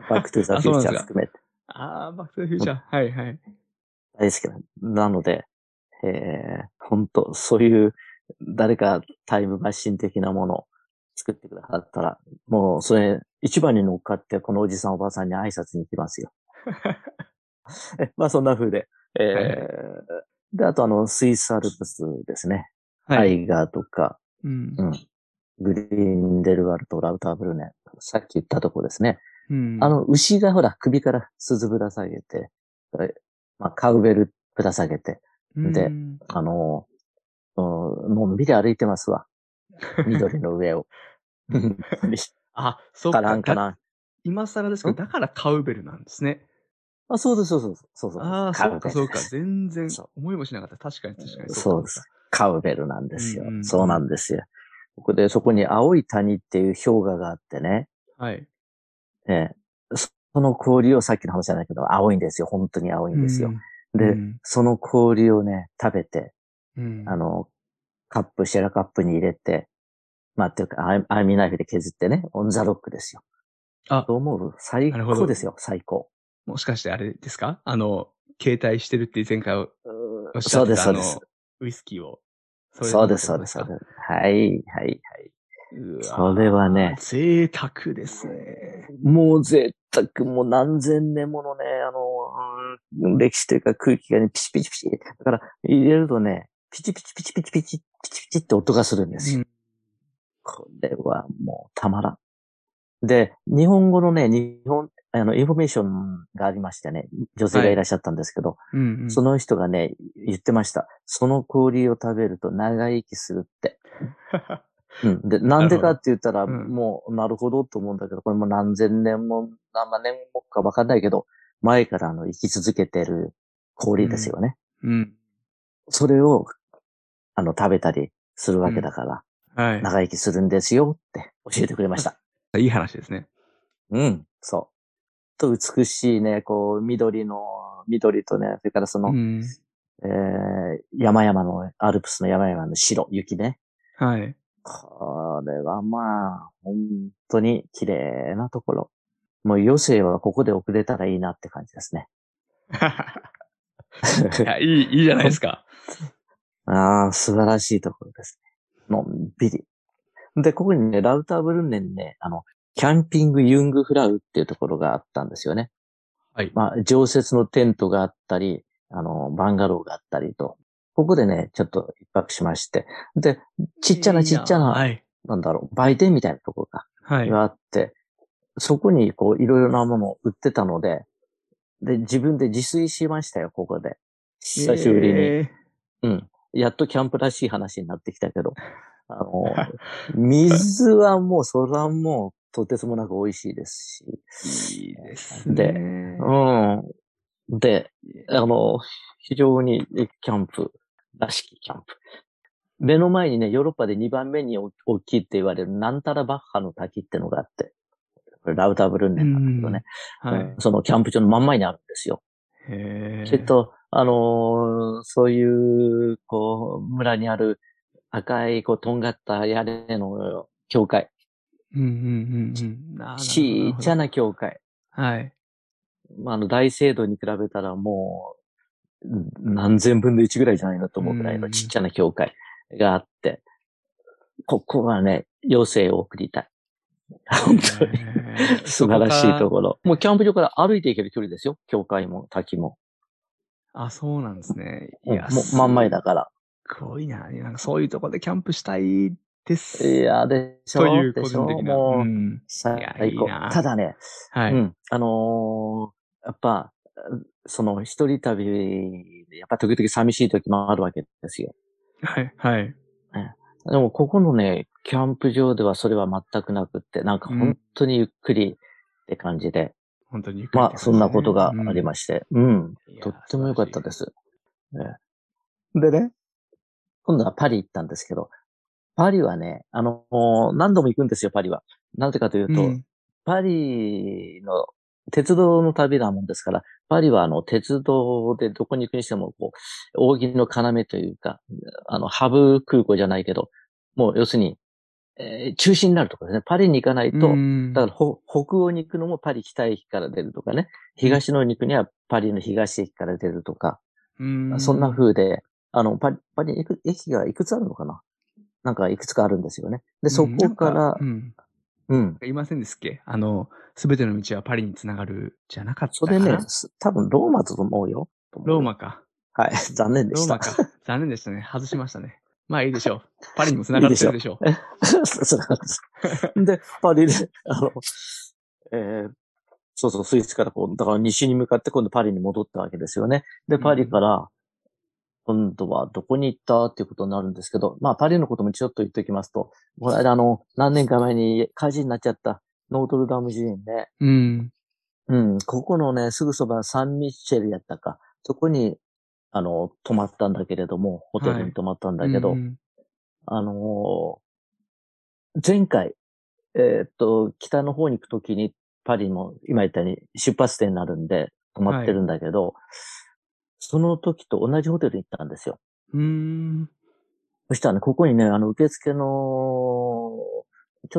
よ。バックトゥザ
あ
フ
そう
ュ
な
ー
ん
チ
で
ャ
すか
ー含めて
ああ、バックトゥザフューチャー。はいはい。
大好きなんなので、えー、ほんと、そういう誰かタイムマシン的なものを作ってくださったら、もうそれ一番に乗っかってこのおじさんおばあさんに挨拶に行きますよ。えまあそんな風で、えー
はいは
で、あとあの、スイスアルプスですね。
は
ア
い。
イガーとか、
うん。
うん。グリーンデルワルト、ラウターブルネ、さっき言ったとこですね。
うん
あ、の、牛がほら、首から鈴ぶら下げて、えまあ、カウベルぶら下げて、で
うん
あの、うんのんびり歩いてま すわ。緑の上を。うん
あ、そう
か
か。
なんか
だ
な。
今更ですけど、
ん
だからカウベルなんですね。
あ、そうです、そうそうそうそう。
ああ、
カ
そう
ウベル
か、そうか。全然
そ
思いもしなかった。確かに確かに。
そうです。カウベルなんですよ
うんうんう。ん
そうなんですよ。ここで、そこに青い谷っていう氷河があってね、
かはい。
ええそその氷をさっきの話じゃないけど、青いんですよ。本当に青いんですよ。
うん。う
で、
ん
その氷をね、食べて、
うん
あの、カップ、シェラカップに入れて、まあ、っていうか、アイアーミーナイフで削ってね、オンザロックですよ。
あ
どう思う最
なるほど
高ですよ、最高。
もしかしてあれですかあの、携帯してるって前回おっし
そ
ゃ
う
って
で
た
す、そ
あの
うです。
ウイスキーを。
そうです、そうです、
そ
そう
れ
うです。はい、はい、はい。
うわ
それはね、
贅沢ですね。
もう贅沢、もう何千年ものね、あの、うん歴史というか空気がね、ピチピチピチ。だから、入れるとね、ピチピチピチピチピチ、ピチピチって音がするんですよ。これはもうたまらん。で、日本語のね、日本、あの、インフォメーションがありましてね、女性がいらっしゃったんですけど、
うんうん。
その人がね、言ってました。その氷を食べると長生きするって。うん、で、なんでかって言ったら、
なるほどうん
もう、なるほどと思うんだけど、これも何千年も、何万年もかわかんないけど、前からあの生き続けてる氷ですよね。
うん。
それを、あの、食べたりするわけだから、
は
長生きするんですよって教えてくれました。
い。いい話ですね。
うん、そう。と、美しいね、こう、緑の、緑とね、それからその、
うん。
えー山々の、アルプスの山々の白、雪ね。
はい。
これはまあ、本当に綺麗なところ。もう余生はここで遅れたらいいなって感じですね。
いや、いい、いいじゃないですか。
ああ、素晴らしいところですね。のんびり。で、ここにね、ラウターブルンネにね、あの、キャンピングユングフラウっていうところがあったんですよね。
はい
まあ、常設のテントがあったり、あの、バンガローがあったりと。ここでね、ちょっと一泊しまして。で、ちっちゃなちっちゃな、
はい。
なんだろう、売店みたいなところが
はい。
があって、そこにこういろいろなものを売ってたので、で、自分で自炊しましたよ、ここで。久しぶりに。
え
うん。やっとキャンプらしい話になってきた けど、あの、水はもう、それはもう、とてつもなく美味しいですし、
ーいいですね。
でうん。で、あの、非常にキャンプ、らしきキャンプ。目の前にね、ヨーロッパで2番目に大大きいって言われる、なんたらバッハの滝ってのがあって、これラウターブルンネンなんだけどね、
は
う
い
ん。そのキャンプ場の真ん前にあるんですよ。
へー
きっ。と、あのーそういう、こう、村にある赤い、こう、とんがった屋根の教会、
うんうんうんうん。あー
ちっちゃ。
る
な教会、
ほどるほどはい。
まあ、あの、大聖堂に比べたらもう、うん何千分の1ぐらいじゃないのと思うぐらいの
うん
ちっちゃな教会があって、ここはね、余生を送りたい。本 当に。
へー
素晴らしいと
こ。
ころ。もうキャンプ場から歩いていける距離ですよ。教会も滝も。
あ、そうなんですね。い
も
や、
う真ん前だから。
すごいな。なんかそういうとこでキャンプしたいです。
いや、でしょ
という
で
個
し
人
ょ
的な。
もう、
うん
最
いやいい
高。
な
ただね、
はい。
うん、あのーやっぱ、その一人旅、やっぱ時々寂しい時もあるわけですよ。
はい。はい。
でも、ここのね、キャンプ場ではそれは全くなくって、なんか本当にゆっくりって感じで、
本当にゆっくりって
ま
感
あ、
じです
そ
ね、
んなことがありまして、うん、
す。。
とっても良かったですす。ねでね、今度はパリ行ったんですけど、パリはね、あの、何度も行くんですよ、パリは。なぜかというと、
うん
パリの鉄道の旅なもんですから、パリはあの鉄道でどこに行くにしても、こう、扇の要というか、あの、ハブ空港じゃないけど、もう要するに、えー中心になるところですね。パリに行かないと、
うん
だからほ北欧に行くのもパリ北駅から出るとかね、東の行くにはパリの東駅から出るとか、
うん
そんな風で、あの、パリ、パリに行く駅がいくつあるのかななんかいくつかあるんですよね。で、そこから
う、ん
うん、
なんかいませんですっけあの、すべての道はパリにつながるじゃなかった
そ
かな
れね、す多分ローマだと思うよ。
ロー。マか。
はい、 残念で
ロ
し
ー
た
マ。か。残念でしたね。外しましたね。まあいいで しょう。パリにもつながってるでしょう。
そうなんです で、パリで、あの、えーそうそう、スイスからこう、だから西に向かって今度パリに戻ったわけですよね。で、パリから、今度はどこに行ったっていうことになるんですけど、まあパリのこともちょっと言っておきますと、この間あの、何年か前に火事になっちゃったノートルダム寺院で、
うん。
うん、ここのね、すぐそばサンミッシェルやったか、そこに、あの、泊まったんだけれども、ホテルに泊まったんだけど、
うん
あのー前回、えーっと、北の方に行くときに、パリも今言ったように出発点になるんで、泊まってるんだけど、その時と同じホテルに行ったんですよ。
うん。
そしたらね、ここにね、あの、受付の、ちょ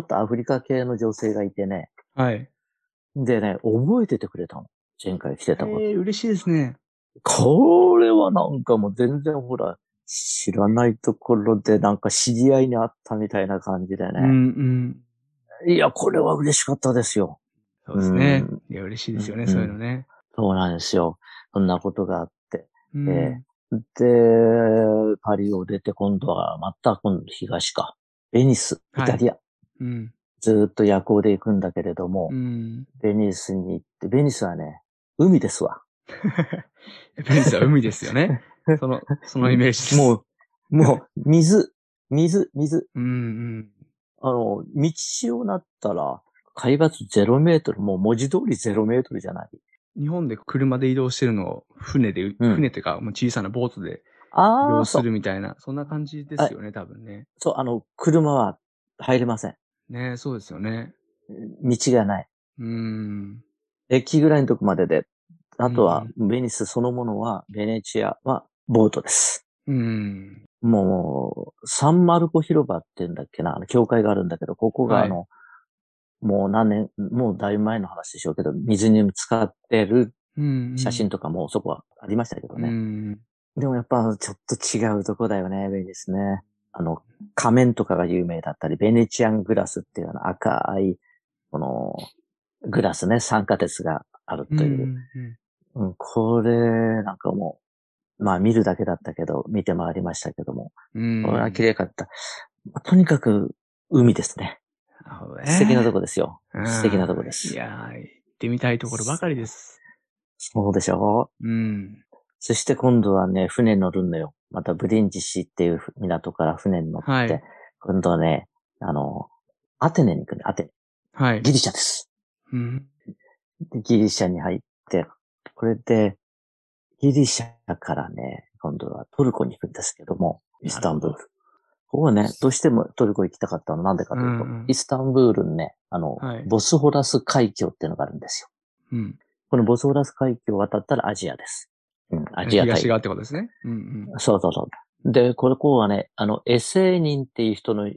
っとアフリカ系の女性がいてね、
はい。
でね、覚えててくれたの。前回来て
え
たこと。
ー、嬉しいですね。
これはなんかもう全然ほら、知らないところでなんか知り合いに会ったみたいな感じで
う
ね。
んうん。
いや、これは嬉しかったですよ。
そうですね
う。
いや、嬉しいですよね、
うん
そういうのね。
そうなんですよ。そんなことがあって。
うん
えで、パリを出て今度はまた今度東か。ベニス、イ
はい
タリア。
うん。
ずーっと夜行で行くんだけれども、
うん。
ベニスに行って、ベニスはね、海ですわ。
ベニスは海ですよ ね。その、そのイメージです。
もう、もう、水、水、水。
う。うん
あの、道潮なったら、海抜0メートル、もう文字通り0メートルじゃない。
うん。日本で車で移動してるのを船で、
うん
船というか、もう小さなボートで移
あ
動
あ、
す
そう、
るみたいな、そんな感じですよね、多分ね。
そう、あの、車は入れません。
ねそうですよね。
道がない。
うん。
駅ぐらいのとこまでで、あとは、ベニスそのものは、ベネチアはボートです。
うん。
もう、サンマルコ広場って言うんだっけな、あの、教会があるんだけど、ここが
はい
あの、もう何年、もうだいぶ前の話でしょうけど、水に使ってる
うん。
写真とかもそこはありましたけど
う
ね。
ん。
でもやっぱちょっと違うとこだよね、ベニスね。あの、仮面とかが有名だったり、ベネチアングラスっていうあの赤い、この、グラスね、酸化鉄があると
うん。う
いう。
ん
うん、これ、なんかもう、まあ見るだけだったけど、見て回りましたけども、
うん。
これは綺麗かった。とにかく、海ですね。
なるほどね
素敵なとこですよ。
うん
素敵なとこです
いやー、行ってみたいところばかりです。
そうでしょう
うん。
そして今度はね、船乗るのよ。またブリンジシっていう港から船に乗って、
はい
今度はね、あの、アテネに行くね、アテネ。
はい。
ギリシャです。
うん。
でギリシャに入って、これで、ギリシャからね、今度はトルコに行くんですけども、イスタンブール。ここはね、どうしてもトルコ行きたかったのはなんでかというと、
うんうん
イスタンブールにね、あの、
はい
ボスホラス海峡っていうのがあるんですよ。
うん。
このボスホラス海峡を渡ったらアジアです。うん、アジア大
東
陸。
側ってことですね。うん
そうそうそう。で、これこうはね、あの、エセーニンっていう人の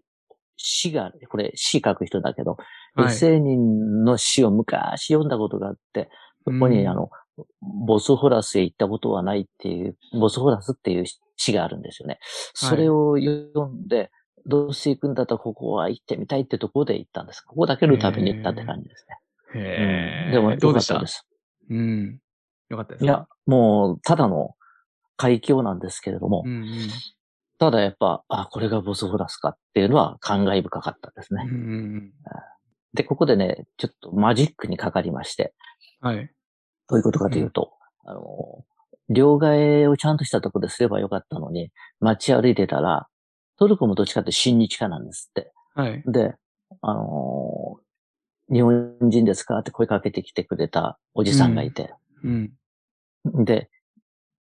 詩が、これ詩書く人だけど、
うん。は
エ
い。
セーニンの詩を昔読んだことがあって、そこ
う
に
ん
あの、ボスホラスへ行ったことはないっていう、ボスホラスっていう詩があるんですよね。それを読んで、どうして行くんだったらここは行ってみたいってところで行ったんです。ここだけのために行ったって感じですね。
へ
うん
ー
でも、
どうで
良
し
かったたです。
うん。よかったです
い
か
や、、もう、ただの海峡なんですけれども、
うんうん。
ただやっぱ、あ、これがボスホラスかっていうのは感慨深かったです
うん
ね。
うんうん。
で、ここでね、ちょっとマジックにかかりまして、
はい。
どういうことかというと、あの、両替をちゃんとしたとこですればよかったのに、街歩いてたら、トルコもどっちかって親日家なんですって。
はい。
で、あの日本人ですかって声かけてきてくれたおじさんがいて、
うん。
で、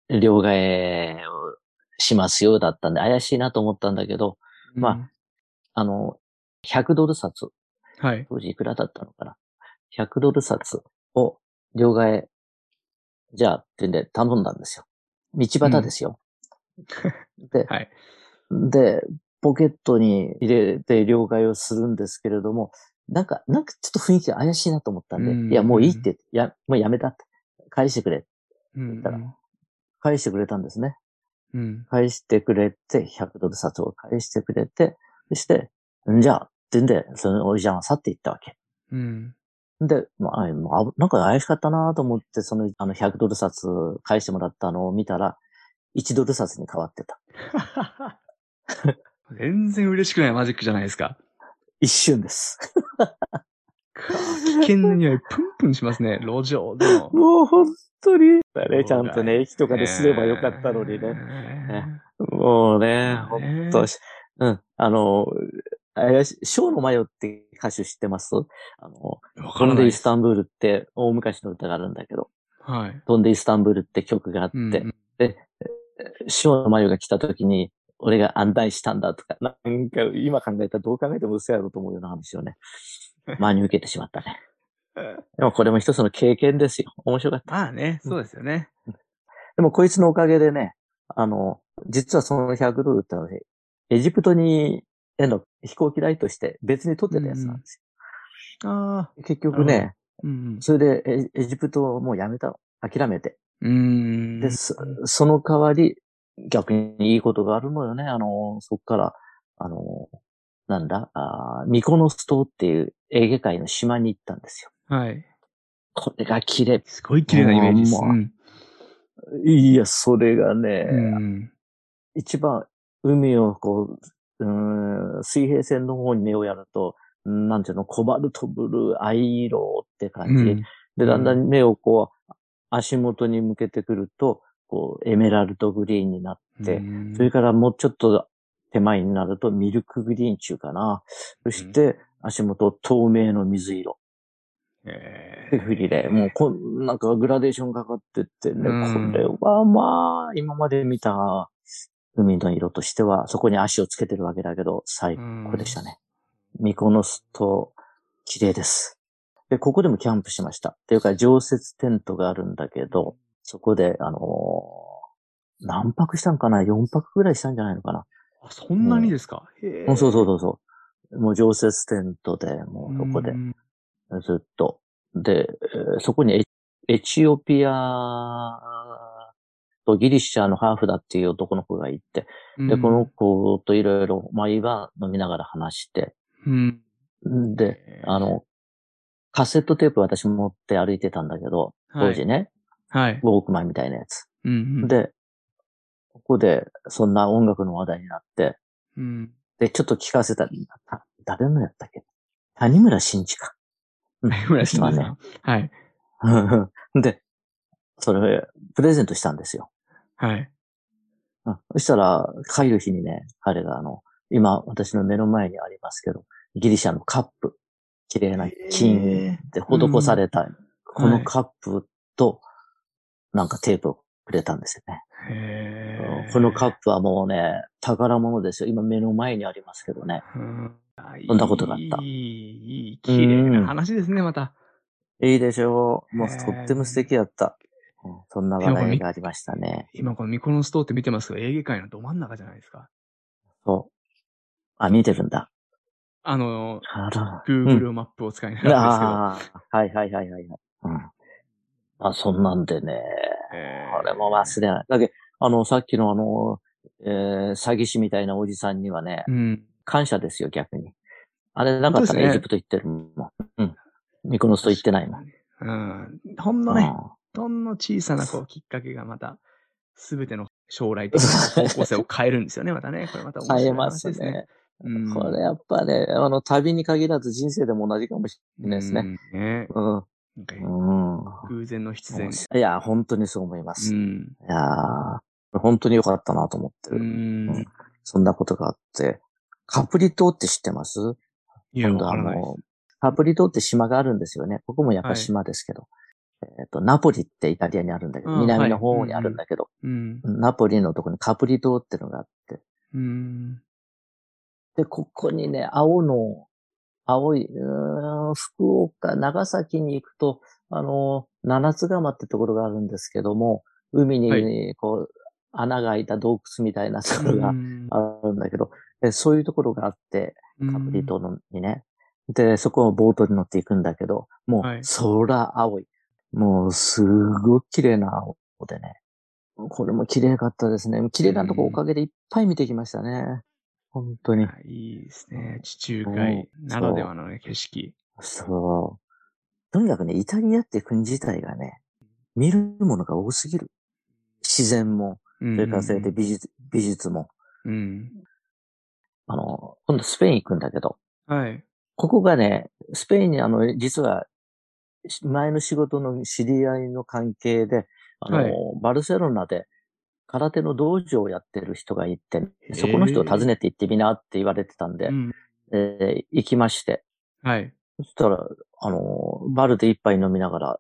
両替をしますよだったんで、怪しいなと思ったんだけど、まあの、100ドル札、
あ、はい。
当時いくらだったのかな。100ドル札を両替、じゃあってんで頼んだんですよ。道端ですよ。で、
はい。
で、ポケットに入れて両替をするんですけれども、なんか、なんかちょっと雰囲気が怪しいなと思ったんで、
うん
いや、もういいって、や、もうやめたって。返してくれ。
うん
だから返してくれたんですね。
うん。
返してくれて、100ドル札を返してくれて、そして、んじゃあ、ってんで、そのおじちゃんは去っていったわけ。
うん。
で、まあ、あもうあぶなんか怪しかったなと思って、その、あの、100ドル札返してもらったのを見たら、1ドル札に変わってた。
全然嬉しくないマジックじゃないです か。
一瞬です。
か危険な匂い、プンプンしますね。路上で も。
もう本当に。だね、ち
そ
ゃ
うだよ
んとね、駅とかですればよかったのにね。
ね。
もうね、
そうだね
本当しうん、あの、怪しい、ショーのマヨって歌手知ってますあの、
わから
飛ん
ない
で
で
イス
す。
タンブールって大昔の歌があるんだけど、
はい。
飛んでイスタンブールって曲があって、
うんうん
ショーのマヨが来た時に、俺が案内したんだとか、なんか今考えたらどう考えても嘘やろうと思うような話をね、真に受けてしまったね。でもこれも一つの経験ですよ。面白かった。
まあね、そうですよね。
でもこいつのおかげでね、あの、実はその100ドルってのはね、エジプトに、への飛行機代として別に取ってたやつなんです
ああ。
よ。結局ね、
うん
それでエエジプトをもうやめたの。諦めて。
うん。うん。
で、そその代わり、逆にいいことがあるのよね。あの、そっから、あの、なんだ、あーミコノス島っていうエーゲ海の島に行ったんですよ。
はい。
これが綺麗。
すごい綺麗なイメージです。
もういや、それがね、
うん。
一番海をこう、うーん水平線の方に目をやると、なんていうの、コバルトブルー、藍色って感じ。
うん
で、だんだん目をこう、足元に向けてくると、こう、エメラルドグリーンになって、
うん
それからもうちょっと手前になるとミルクグリーン中かな。そして、足元透明の水色。
え
手振りで、もうこん、なんかグラデーションかかってってね、
うん
これはまあ、今まで見た海の色としては、そこに足をつけてるわけだけど、最高でしたね。ミコノス島、綺麗です。で、ここでもキャンプしました。っていうか、常設テントがあるんだけど、そこで、あのー何泊したんかな ?4 泊ぐらいしたんじゃないのかな、
あそんなにですか、へえ
うんそうそうそうそう。もう常設テントで、もうそこで
う、ん
ずっと。で、えーそこにエエチオピアとギリシャのハーフだっていう男の子がいて、で、この、子といろいろ毎晩飲みながら話して、
うん、
で、あの、カセットテープ私持って歩いてたんだけど、当時ね、
はい。
ウォークマンみたいなやつ。
うんうん、
で、ここでそんな音楽の話題になって、
うん、
で、ちょっと聞かせた、た誰のやったっけ谷村新司か。
村下さん
まあね
はい。
で、それ、プレゼントしたんですよ。
はい。
うんそしたら、帰る日にね、彼があの、今、私の目の前にありますけど、ギリシャのカップ、綺麗な金
へ
で施された、こ
は
の
い
カップと、なんかテープをくれたんですよね。
えへえ
このカップはもうね、宝物ですよ。今目の前にありますけどね。
うんあ
そんなことがあった
いい、いい、綺麗な話ですね、また。
いいでしょう。もう
へー
とっても素敵だった。うんそんな話題がありましたね。
今このミコノス島って見てますけど、エーゲ海のど真ん中じゃないですか。
そう。あ、見てるんだ。
あの、
あら。
Google マップを使いながら
ああ、はいはいはいはいはい。うん。あ、そんなんでね、
ですけど。えー
これも忘れない。だけどあの、さっきのあの、えー詐欺師みたいなおじさんにはね
う、ん。
感謝ですよ、逆に。あれなかった
本当で
ら、
すね
エジプト行ってるもん。うん。ミコノスト行ってないもん。
うん。ほんのね、
う
ほんの小さなこうきっかけがまた、すべての将来的 な方向性を変えるんですよね、またね。これまた面
ん
白い
変えま
話
す
ですね。
ね。
うん
これやっぱね、あの、旅に限らず人生でも同じかもしれないですね。
うんね
うん。う
なんか
ん。
偶然の必然。
いや、本当にそう思います。
う
い
ん。
やー本当に良かったなと思って
う
る。
ん。
そんなことがあって、カプリ島って知ってます
いや、
今度
わか
あ
らないです
の、カプリ島って島があるんですよね。ここもやっぱ島ですけど。えっ、と、ナポリってイタリアにあるんだけ
う
ど、
ん
南の方にあるんだけど、
うん。
ナポリのとこにカプリ島ってのがあって、
うん。
で、ここにね、青の、青い、うーん福岡、長崎に行くと、あの、七つ釜ってところがあるんですけども、海に、
は
こう、穴が開いた洞窟みたいなところが
うん
あるんだけど、でそういうところがあって、カプリ
うん
島のにね。で、そこをボートに乗っていくんだけど、もう
はい
空青い。もうすごく綺麗な青でね。これも綺麗かったですね。綺麗なとこおかげでいっぱい見てきましたね。本当に。
あいいですね。地中海ならではのね、景色。
そう。とにかくね、イタリアって国自体がね、見るものが多すぎる。自然も、
う
そ
ん
れからそれで美術、美術も。
うん。
あの、今度スペイン行くんだけど、
はい。
ここがね、スペインにあの、実は、し前の仕事の知り合いの関係で、あの、
はい
バルセロナで空手の道場をやってる人がいて、そこの人を訪ねて行ってみなって言われてたんで
う、ん
えー行きまして、
はい。
そしたら、あの、バルで一杯飲みながら、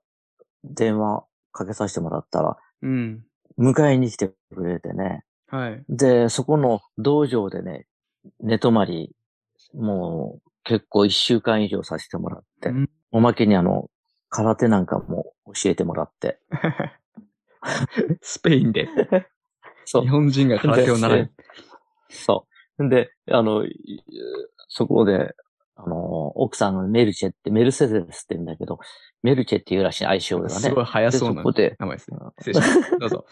電話かけさせてもらったら、
うん。
迎えに来てくれてね、
はい。
で、そこの道場でね、寝泊まり、もう結構一週間以上させてもらって、
うん
おまけにあの、空手なんかも教えてもらって、
スペインで
そ
日
う、
本人が空手を習
で
う。
そう。で、あの、いそこで、あの、奥さんのメルチェって、メルセデスって言うんだけど、メルチェっていうらしい愛称が
す
ね
ご、い早そう
で
な
そこで
名前ですね。失礼しま した。どうぞ。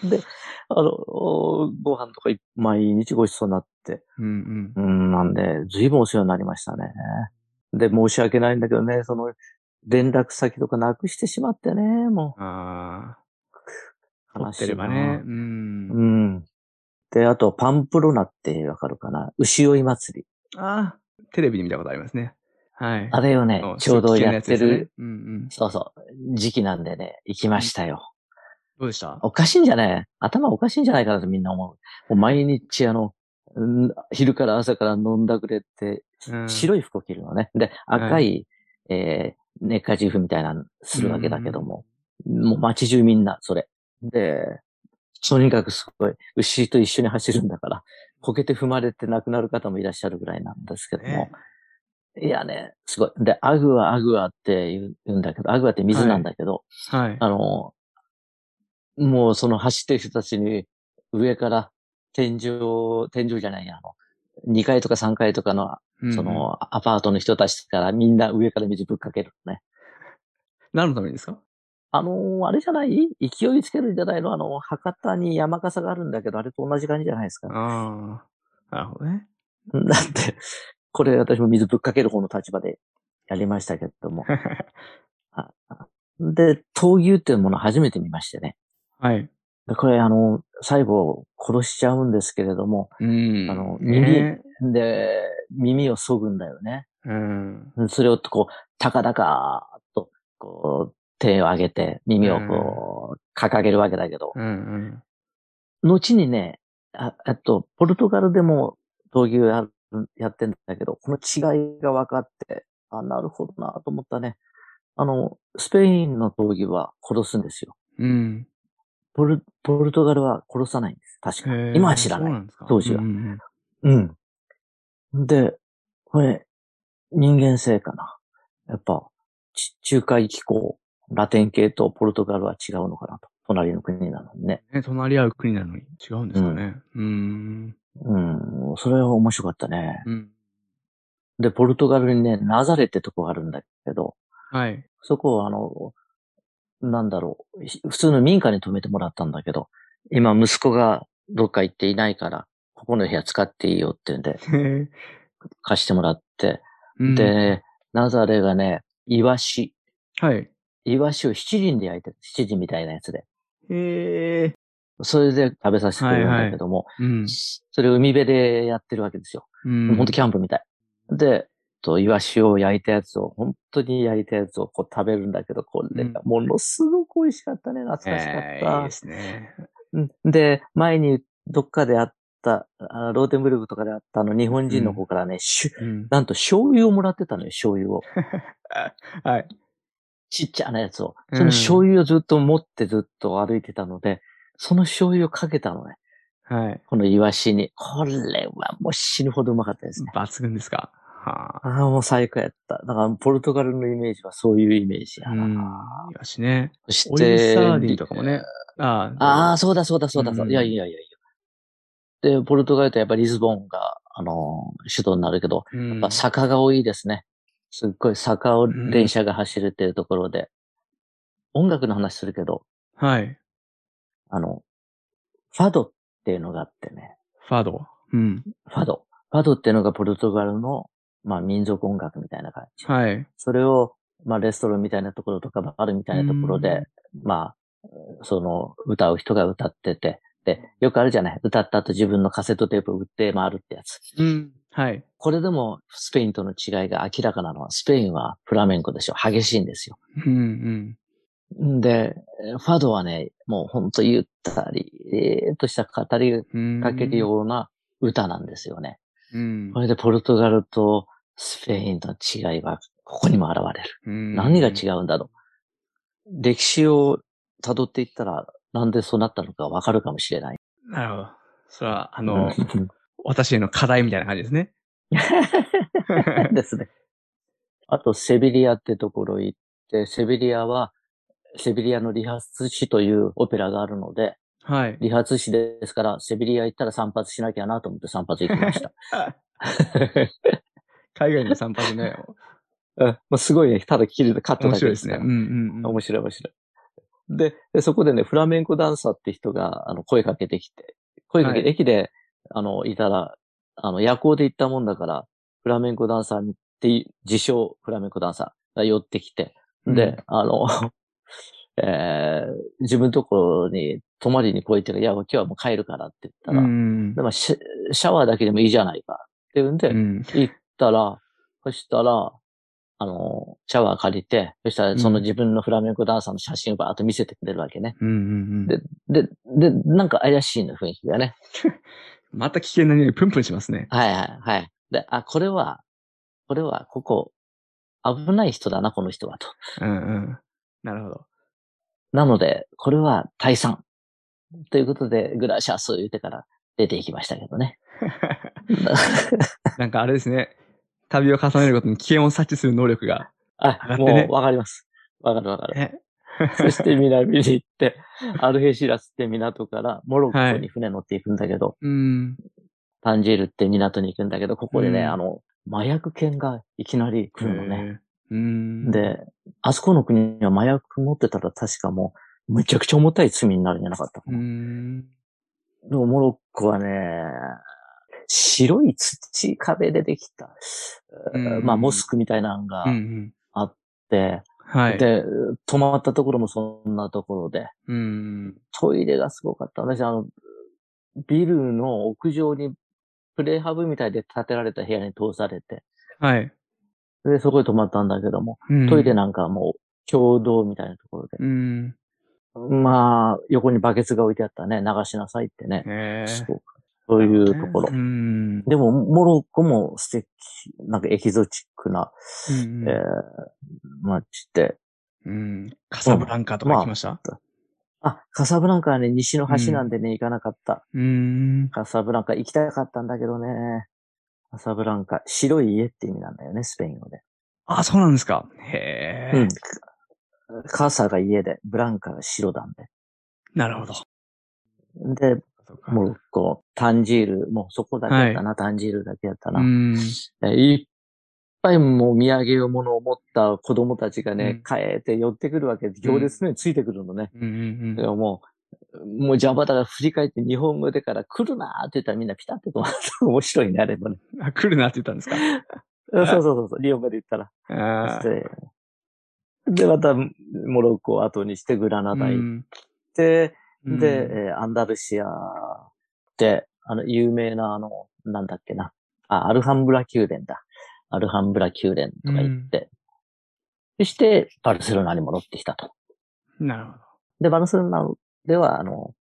あの、おご飯とかい毎日ごちそうになって、
うん
うん、なんで、ずいぶんお世話になりましたね。で、申し訳ないんだけどね、その、連絡先とかなくしてしまってね、も
うん。ああ、撮
う。悲
っ
してい
れ
な
ばね。う。
うんん。で、あと、パンプロナってわかるかな牛追い祭り。
ああ、テレビで見たことありますね。はい。
あれよね、ちょうどやって
あの石鹸のやつで
る、。
すねうんうん。
そうそう、時期なんでね、行きましたよ。
どうでした
おかしいんじゃない頭おかしいんじゃないかなとみんな思う。もう毎日あの、うん昼から朝から飲んだくれって、
うん
白い服を着るのね。で、赤い、えー、ネッカチーフみたいなのするわけだけども、もう街中みんな、それ。で、とにかくすごい、牛と一緒に走るんだから、こけて踏まれて亡くなる方もいらっしゃるぐらいなんですけども、
ね
いやね、すごい。で、アグア、アグアって言う言うんだけど、アグアって水なんだけど、
はい。
あの、もうその走ってる人たちに上から天井、天井じゃないや、あの、2階とか3階とかの、
うん
そ、のアパートの人たちからみんな上から水ぶっかけるのね。
何のためにですか
あのーあれじゃない勢いつけるんじゃないのあの、博多に山笠があるんだけど、あれと同じ感じじゃないですか。
ああ。なるほど ね。
だって、これ私も水ぶっかける方の立場でやりましたけども。で、闘牛っていうものを初めて見ましてね。
はい。
でこれあの、最後殺しちゃうんですけれども、
うん。
あの
ね
で、耳を削ぐんだよね。
うん。
それをこう、高々と、こう、手を上げて、耳をこう、掲げるわけだけど、
うんうん。
後にね、あ、えっと、ポルトガルでも、闘牛やるやってんだけど、この違いが分かって、あ、なるほどなと思ったね。あの、スペインの闘牛は殺すんですよ。
うん。
ポル、ポルトガルは殺さないんです。確か。
へえ
今は知らない
そうなんですか
当時は
うんうん
うん。で、これ、人間性かな。やっぱ、ち中海気候、ラテン系とポルトガルは違うのかなと。隣の国なのにね。
ね、隣り合う国なのに違うんですかね。うん。
うん、それは面白かったね。
うん。
で、ポルトガルにね、ナザレってとこがあるんだけど、
はい。
そこをあの、なんだろう、ひ普通の民家に泊めてもらったんだけど、今息子がどっか行っていないから、ここの部屋使っていいよって言うんで、
へ
貸してもらって、
え、
で、ナザレがね、イワシ
うんはい。
イワシを七輪で焼いてる、七輪みたいなやつで。
へえ、
それで食べさせてくれるんだけども、
うん。
それを海辺でやってるわけですよ。
うん。
ほんとキャンプみたい。で、と、イワシを焼いたやつを、本当に焼いたやつをこう食べるんだけど、これがものすごく美味しかったね。懐かしかっ
えーいい
た
で。すね。
うんで、前にどっかであった、あローテンブルクとかであったあの日本人の子からね、しゅ
うん。
なんと醤油をもらってたのよ、醤油を。
はい。
ちっちゃなやつを。
うん
その醤油をずっと持ってずっと歩いてたので、その醤油をかけたのね。
はい。
このイワシに。これはもう死ぬほどうまかったですね。
抜群ですか。はあ。
ああ、もう最高やった。だから、ポルトガルのイメージはそういうイメージや
う
な。
ん。イワシね。
そして
オイルサーディンとかもね。。あ
ああ、
あ、
そうだそうだそうだそう。
うん
いやいやいやいや。で、ポルトガルとやっぱりリスボンが、あのー、首都になるけど、
うん。
やっぱ坂が多いですね。すっごい坂を電車が走るっていうところで。音楽の話するけど、
はい。
あの、ファドっていうのがあってね。
ファド。うん。
ファド。ファドっていうのがポルトガルの、まあ民族音楽みたいな感じ。
はい。
それを、まあレストランみたいなところとかバルみたいなところで、まあ、その歌う人が歌ってて、で、よくあるじゃない歌った後自分のカセットテープ売って回るってやつ。
うん。はい。
これでもスペインとの違いが明らかなのは、スペインはフラメンコでしょ。激しいんですよ。
うん
んで、ファドはね、もうほんとゆったり、えーっとした語り
うん。
かけるような歌なんですよね。
うん。
これでポルトガルとスペインの違いはここにも現れる。
うん。
何が違うんだろう。歴史を辿っていったらなんでそうなったのかわかるかもしれない。
なるほど。それは、あ
う
の、
ん
私への課題みたいな感じです ね。
ですね。あと、セビリアってところ行って、セビリアは、セビリアの理髪師というオペラがあるので、
はい。
理髪師ですから、セビリア行ったら散髪しなきゃなと思って散髪行き ました。
海外の散髪ね、
うんもうすごいね、ただ切る、カット
面
だけ
白い
で
ですす
か
ね。
ら
うんうんうん。
面白い面白い。で、でそこでね、フラメンコダンサーって人が、あの、声かけてきて、声かけ、
はい
駅で、あの、いたら、あの、夜行で行ったもんだから、フラメンコダンサーにっていう、自称フラメンコダンサーが寄ってきて、で、
うん
あの、 えー自分のところに泊まりに来いって言うからいや、今日はもう帰るからって言った
う
ら、
ん
でまあシャシャワーだけでもいいじゃないかって言うんで、
うん。
行ったら、そしたら、あの、シャワー借りて、そしたらその自分のフラメンコダンサーの写真をバーっと見せてくれるわけね。
うんうんう
で
ん。
で、で、なんか怪しいの雰囲気がね。
また危険な匂いプンプンしますね。
はいはいはい。で、あ、これは、これは、ここ、危ない人だな、この人はと。
うんうん。なるほど。
なので、これは退散。ということで、グラシャス言ってから出ていきましたけ どね。
なんかあれですね。旅を重ねることに危険を察知する能力 が。
あ、
上がって
も
ね
うわかります。わかるわかる。
え
そして南に行って、アルヘシラスって港からモロッコに船乗っていくんだけど、
うん。
タンジェルって港に行くんだけど、ここでね、
うん
あの、麻薬犬がいきなり来るのね。
へー。うん。、
で、あそこの国は麻薬持ってたら確かもう、めちゃくちゃ重たい罪になるんじゃなかったか
う
な。
ん。
でもモロッコはね、白い土壁でできた、
うん
まあモスクみたいなのが
うんう
あっ
ん。
て、
はい。
で、泊まったところもそんなところで、
うん。
トイレがすごかった。私、あの、ビルの屋上にプレハブみたいで建てられた部屋に通されて、
はい。
で、そこで泊まったんだけども、トイレなんかはもう共同みたいなところで、
うん。
まあ、横にバケツが置いてあったね、流しなさいってね、
へ
す
ー
ごくそういうところ
う。ん。
でも、モロッコも素敵、なんかエキゾチックな、
うん
えー、街で、
うん。カサブランカとか行きました
あ、カサブランカはね、西の端なんでね、行かなかった。
うん。
カサブランカ行きたかったんだけどね。カサブランカ、白い家って意味なんだよね、スペイン語で。
あ、そうなんですか。へえ。
うん。カサが家で、ブランカが白なん
なるほど。
で。で、
そうか
モロッコ、タンジール、もうそこだけやったな、タンジールだけやったな。
うん。
えいっぱいもう土産物を持った子供たちが
う
ね
ん、
帰って寄ってくるわけで、行列のようについてくるのね。
うんうん
でももう、もう邪魔だから振り返って日本語でから来るなーって言ったらみんなピタッと止まって、面白いね、あれもね。
うん。あ、来るなって言ったんですか。
そうそうそうそう、リオンまで行ったら。
あ
そしてで、また、モロッコを後にしてグラナダ行っ
ん
て、
うん
で、えーアンダルシアで、あの、有名な、あの、なんだっけな。あ、アルハンブラ宮殿だ。アルハンブラ宮殿とか行って、そして、バルセロナに戻ってきたと。
なるほど。
で、バルセロナでは、あの、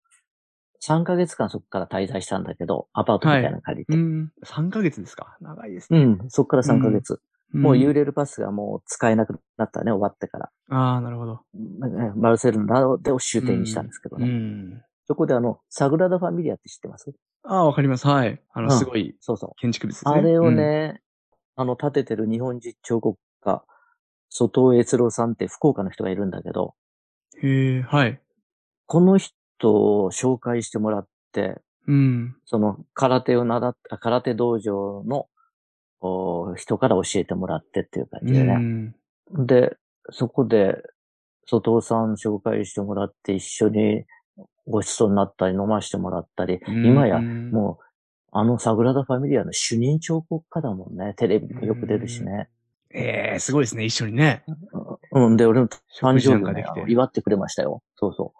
3ヶ月間そこから滞在したんだけど、アパートみたいなの借りて。
うん。3ヶ月ですか。長いです
う
ね。
ん、そこから3ヶ月。もう
幽霊。
幽霊ルパスがもう使えなくなったね、終わってから。
ああ、なるほど。
なんかねバルセロナでを終点にしたんですけど
う
ね。
ん。
そこであの、サグラダ・ファミリアって知ってます
ああ、わかります。はい。あの、
うん
すごい
そうそ
建築物です
う。
ね。
あれをね、あの、建ててる日本人彫刻家、外藤悦郎さんって福岡の人がいるんだけど、
うん。へえ、はい。
この人を紹介してもらって、
うん。
その空手を習った、空手道場のお人から教えてもらってっていう感じで
う
ね。
ん
で、そこで、外藤さん紹介してもらって一緒にごちそうになったり飲ましてもらったり、今や
も
もう、あのサグラダ・ファミリアの主任彫刻家だもんね。テレビにもよく出るしね。
うん。ええ、すごいですね。一緒にね。
うん、で、俺の誕
食事
生
なんかで
日をね
きて
あの祝ってくれましたよ。そうそ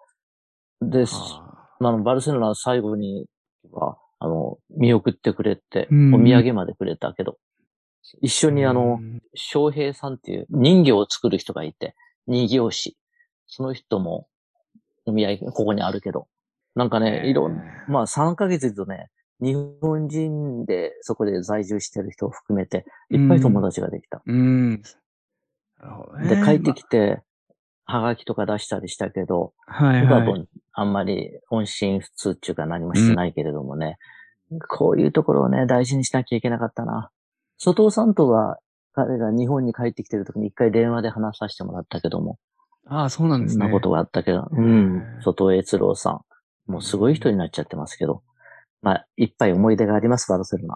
う。で、
あ
あの、バルセロナの最後には、あの、見送ってくれて、
うん
お土産までくれたけど、一緒
ー
にあ
う
の、
ん
翔平さんっていう人形を作る人がいて、人形師。その人も、お土産、ここにあるけど、なんかね、いろん、まあ3ヶ月とね、日本人でそこで在住してる人を含めて、いっぱい友達ができた。
うん。なるほどね
で、帰ってきて、はがきとか出したりしたけど、
まあはい
僕は
は
も
い。
うあんまり音信不通っていうか何もしてないけれどもね、こういうところをね、大事にしなきゃいけなかったな。外藤さんとは、彼が日本に帰ってきてる時に一回電話で話させてもらったけども、
ああ、そうなんで
そ
す
ん
ね。
なことがあったけど、う
へ
ん
え、
外藤悦郎さん。もうすごい人になっちゃってますけど、まあ、いっぱい思い出があります、バルセロ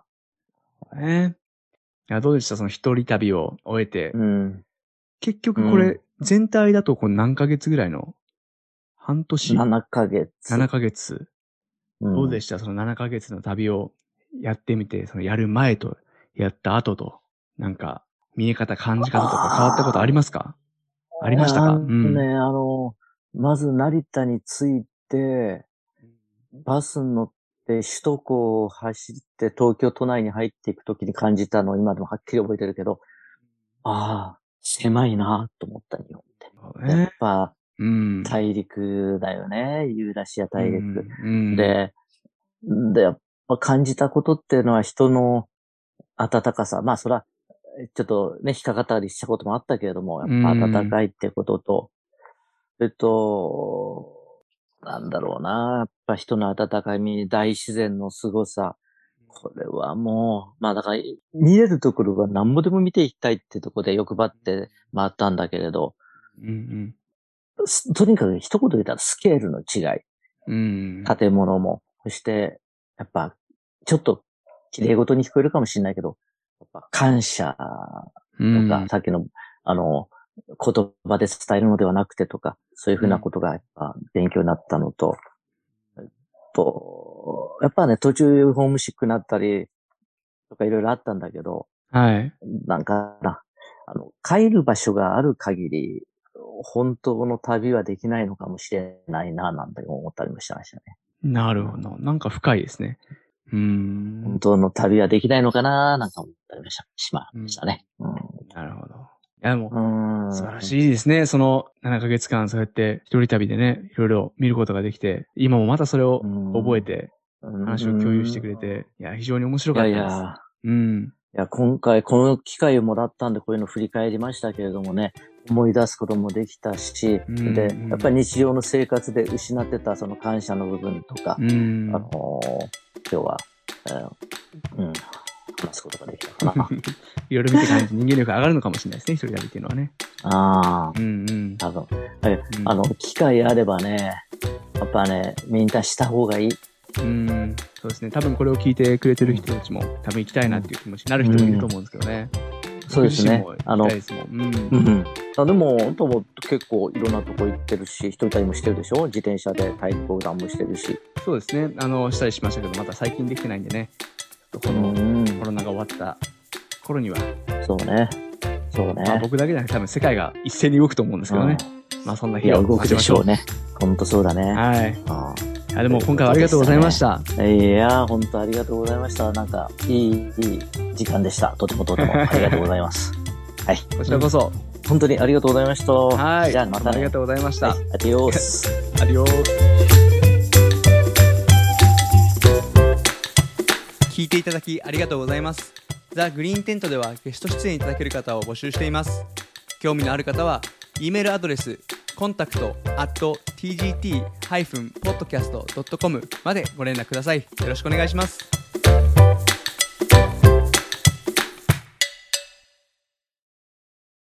ナ。
ね。いや、どうでしたその一人旅を終えて。
うん。
結局こ
う
れ、全体だとこう何ヶ月ぐらいの半年
7ヶ月。
7ヶ月。
うん
どうでしたその7ヶ月の旅をやってみて、そのやる前とやった後と、なんか、見え方、感じ方とか変わったことありますかありましたか
あ
う
の
ん
ね、あの、まず成田に着いて、バスに乗って首都高を走って東京都内に入っていくときに感じたのを今でもはっきり覚えてるけど、ああ、狭いなと思った日本って。やっ
ね。
ぱ
うん。
大陸だよね。ユーラシア大陸。
うん。
で、で、やっぱ感じたことっていうのは人の温かさ。まあ、そら、ちょっとね、引っかかったりしたこともあったけれども、やっぱ温かいってことと、えっと、なんだろうな、やっぱ人の温かみ、大自然の凄さ。これはもう、まあだから、見れるところは何ぼでも見ていきたいってところで欲張って回ったんだけれど、
うん
すとにかく一言で言ったらスケールの違い。
うん。うん。
建物も、そして、やっぱ、ちょっと、綺麗事に聞こえるかもしれないけど、やっぱ感謝
う
と
ん
か、さっきの、あの、言葉で伝えるのではなくてとか、そういうふうなことがやっぱ勉強になったのと、えっと、やっぱね、途中ホームシックになったり、とかいろいろあったんだけど、
はい。
なんかな、あの、帰る場所がある限り、本当の旅はできないのかもしれないな、なんて思ったりもしてましたね。
なるほど。なんか深いですね。うーん
本。当の旅はできないのかななんか思ったりもしま
うん
したね。うん
なるほど。いや、でも、
うん
素晴らしいですね。その7ヶ月間、そうやって一人旅でね、いろいろ見ることができて、今もまたそれを覚えて、話を共有してくれ。て、いや、非常に面白
うん
かっ
いや
た
い
です。
や、
うん。
いや今回この機会をもらったんでこういうの振り返りましたけれどもね、思い出すこともできたし、
うん
で
うん、
やっぱり日常の生活で失ってたその感謝の部分とか、
うん
あの。ー今日は、えーうん、話すことができたか な。
いろいろ見て感じ、人間力上がるのかもしれないですね、一人旅っていうのはね。
ああ、
うんうん。
多分。
うん
あ、の、機会あればね、やっぱね、みんなした方がいい。
うん。そうですね。多分これを聞いてくれてる人たちも、多分行きたいなっていう気持ちになる人もいると思うんですけどね。
そうですね
僕自身も行きたいですもん。うん。
ん、あでも本当も結構いろんなとこ行ってるし一人旅もしてるでしょ自転車で太鼓断もしてるし、
そうですね。あの、したりしましたけど、また最近できてないんでね。ちょっとこの、
ん、
コロナが終わった頃には、
そうねそうね、
まあ、僕だけじゃなくて多分世界が一斉に動くと思うんですけどね。まあそんな
うんい
日
や
を
動くでしょうね本当そうだ
待ちましょう。
ね、
はい。
あ
いやでも今回はありがとうございました。
あいや本当ありがとうございましたなんかいいいい時間でしたとてもとてもありがとうございます はい
こちらこそ。
本当にありがとうございました
はい。
じゃあまた、ね、
ありがとうございました。
はいアディオ ース
アディオス。
聞いていただきありがとうございますザ・グリーンテントではゲスト出演いただける方を募集しています興味のある方は E メールアドレス contact.tgt-podcast.com までご連絡くださいよろしくお願いします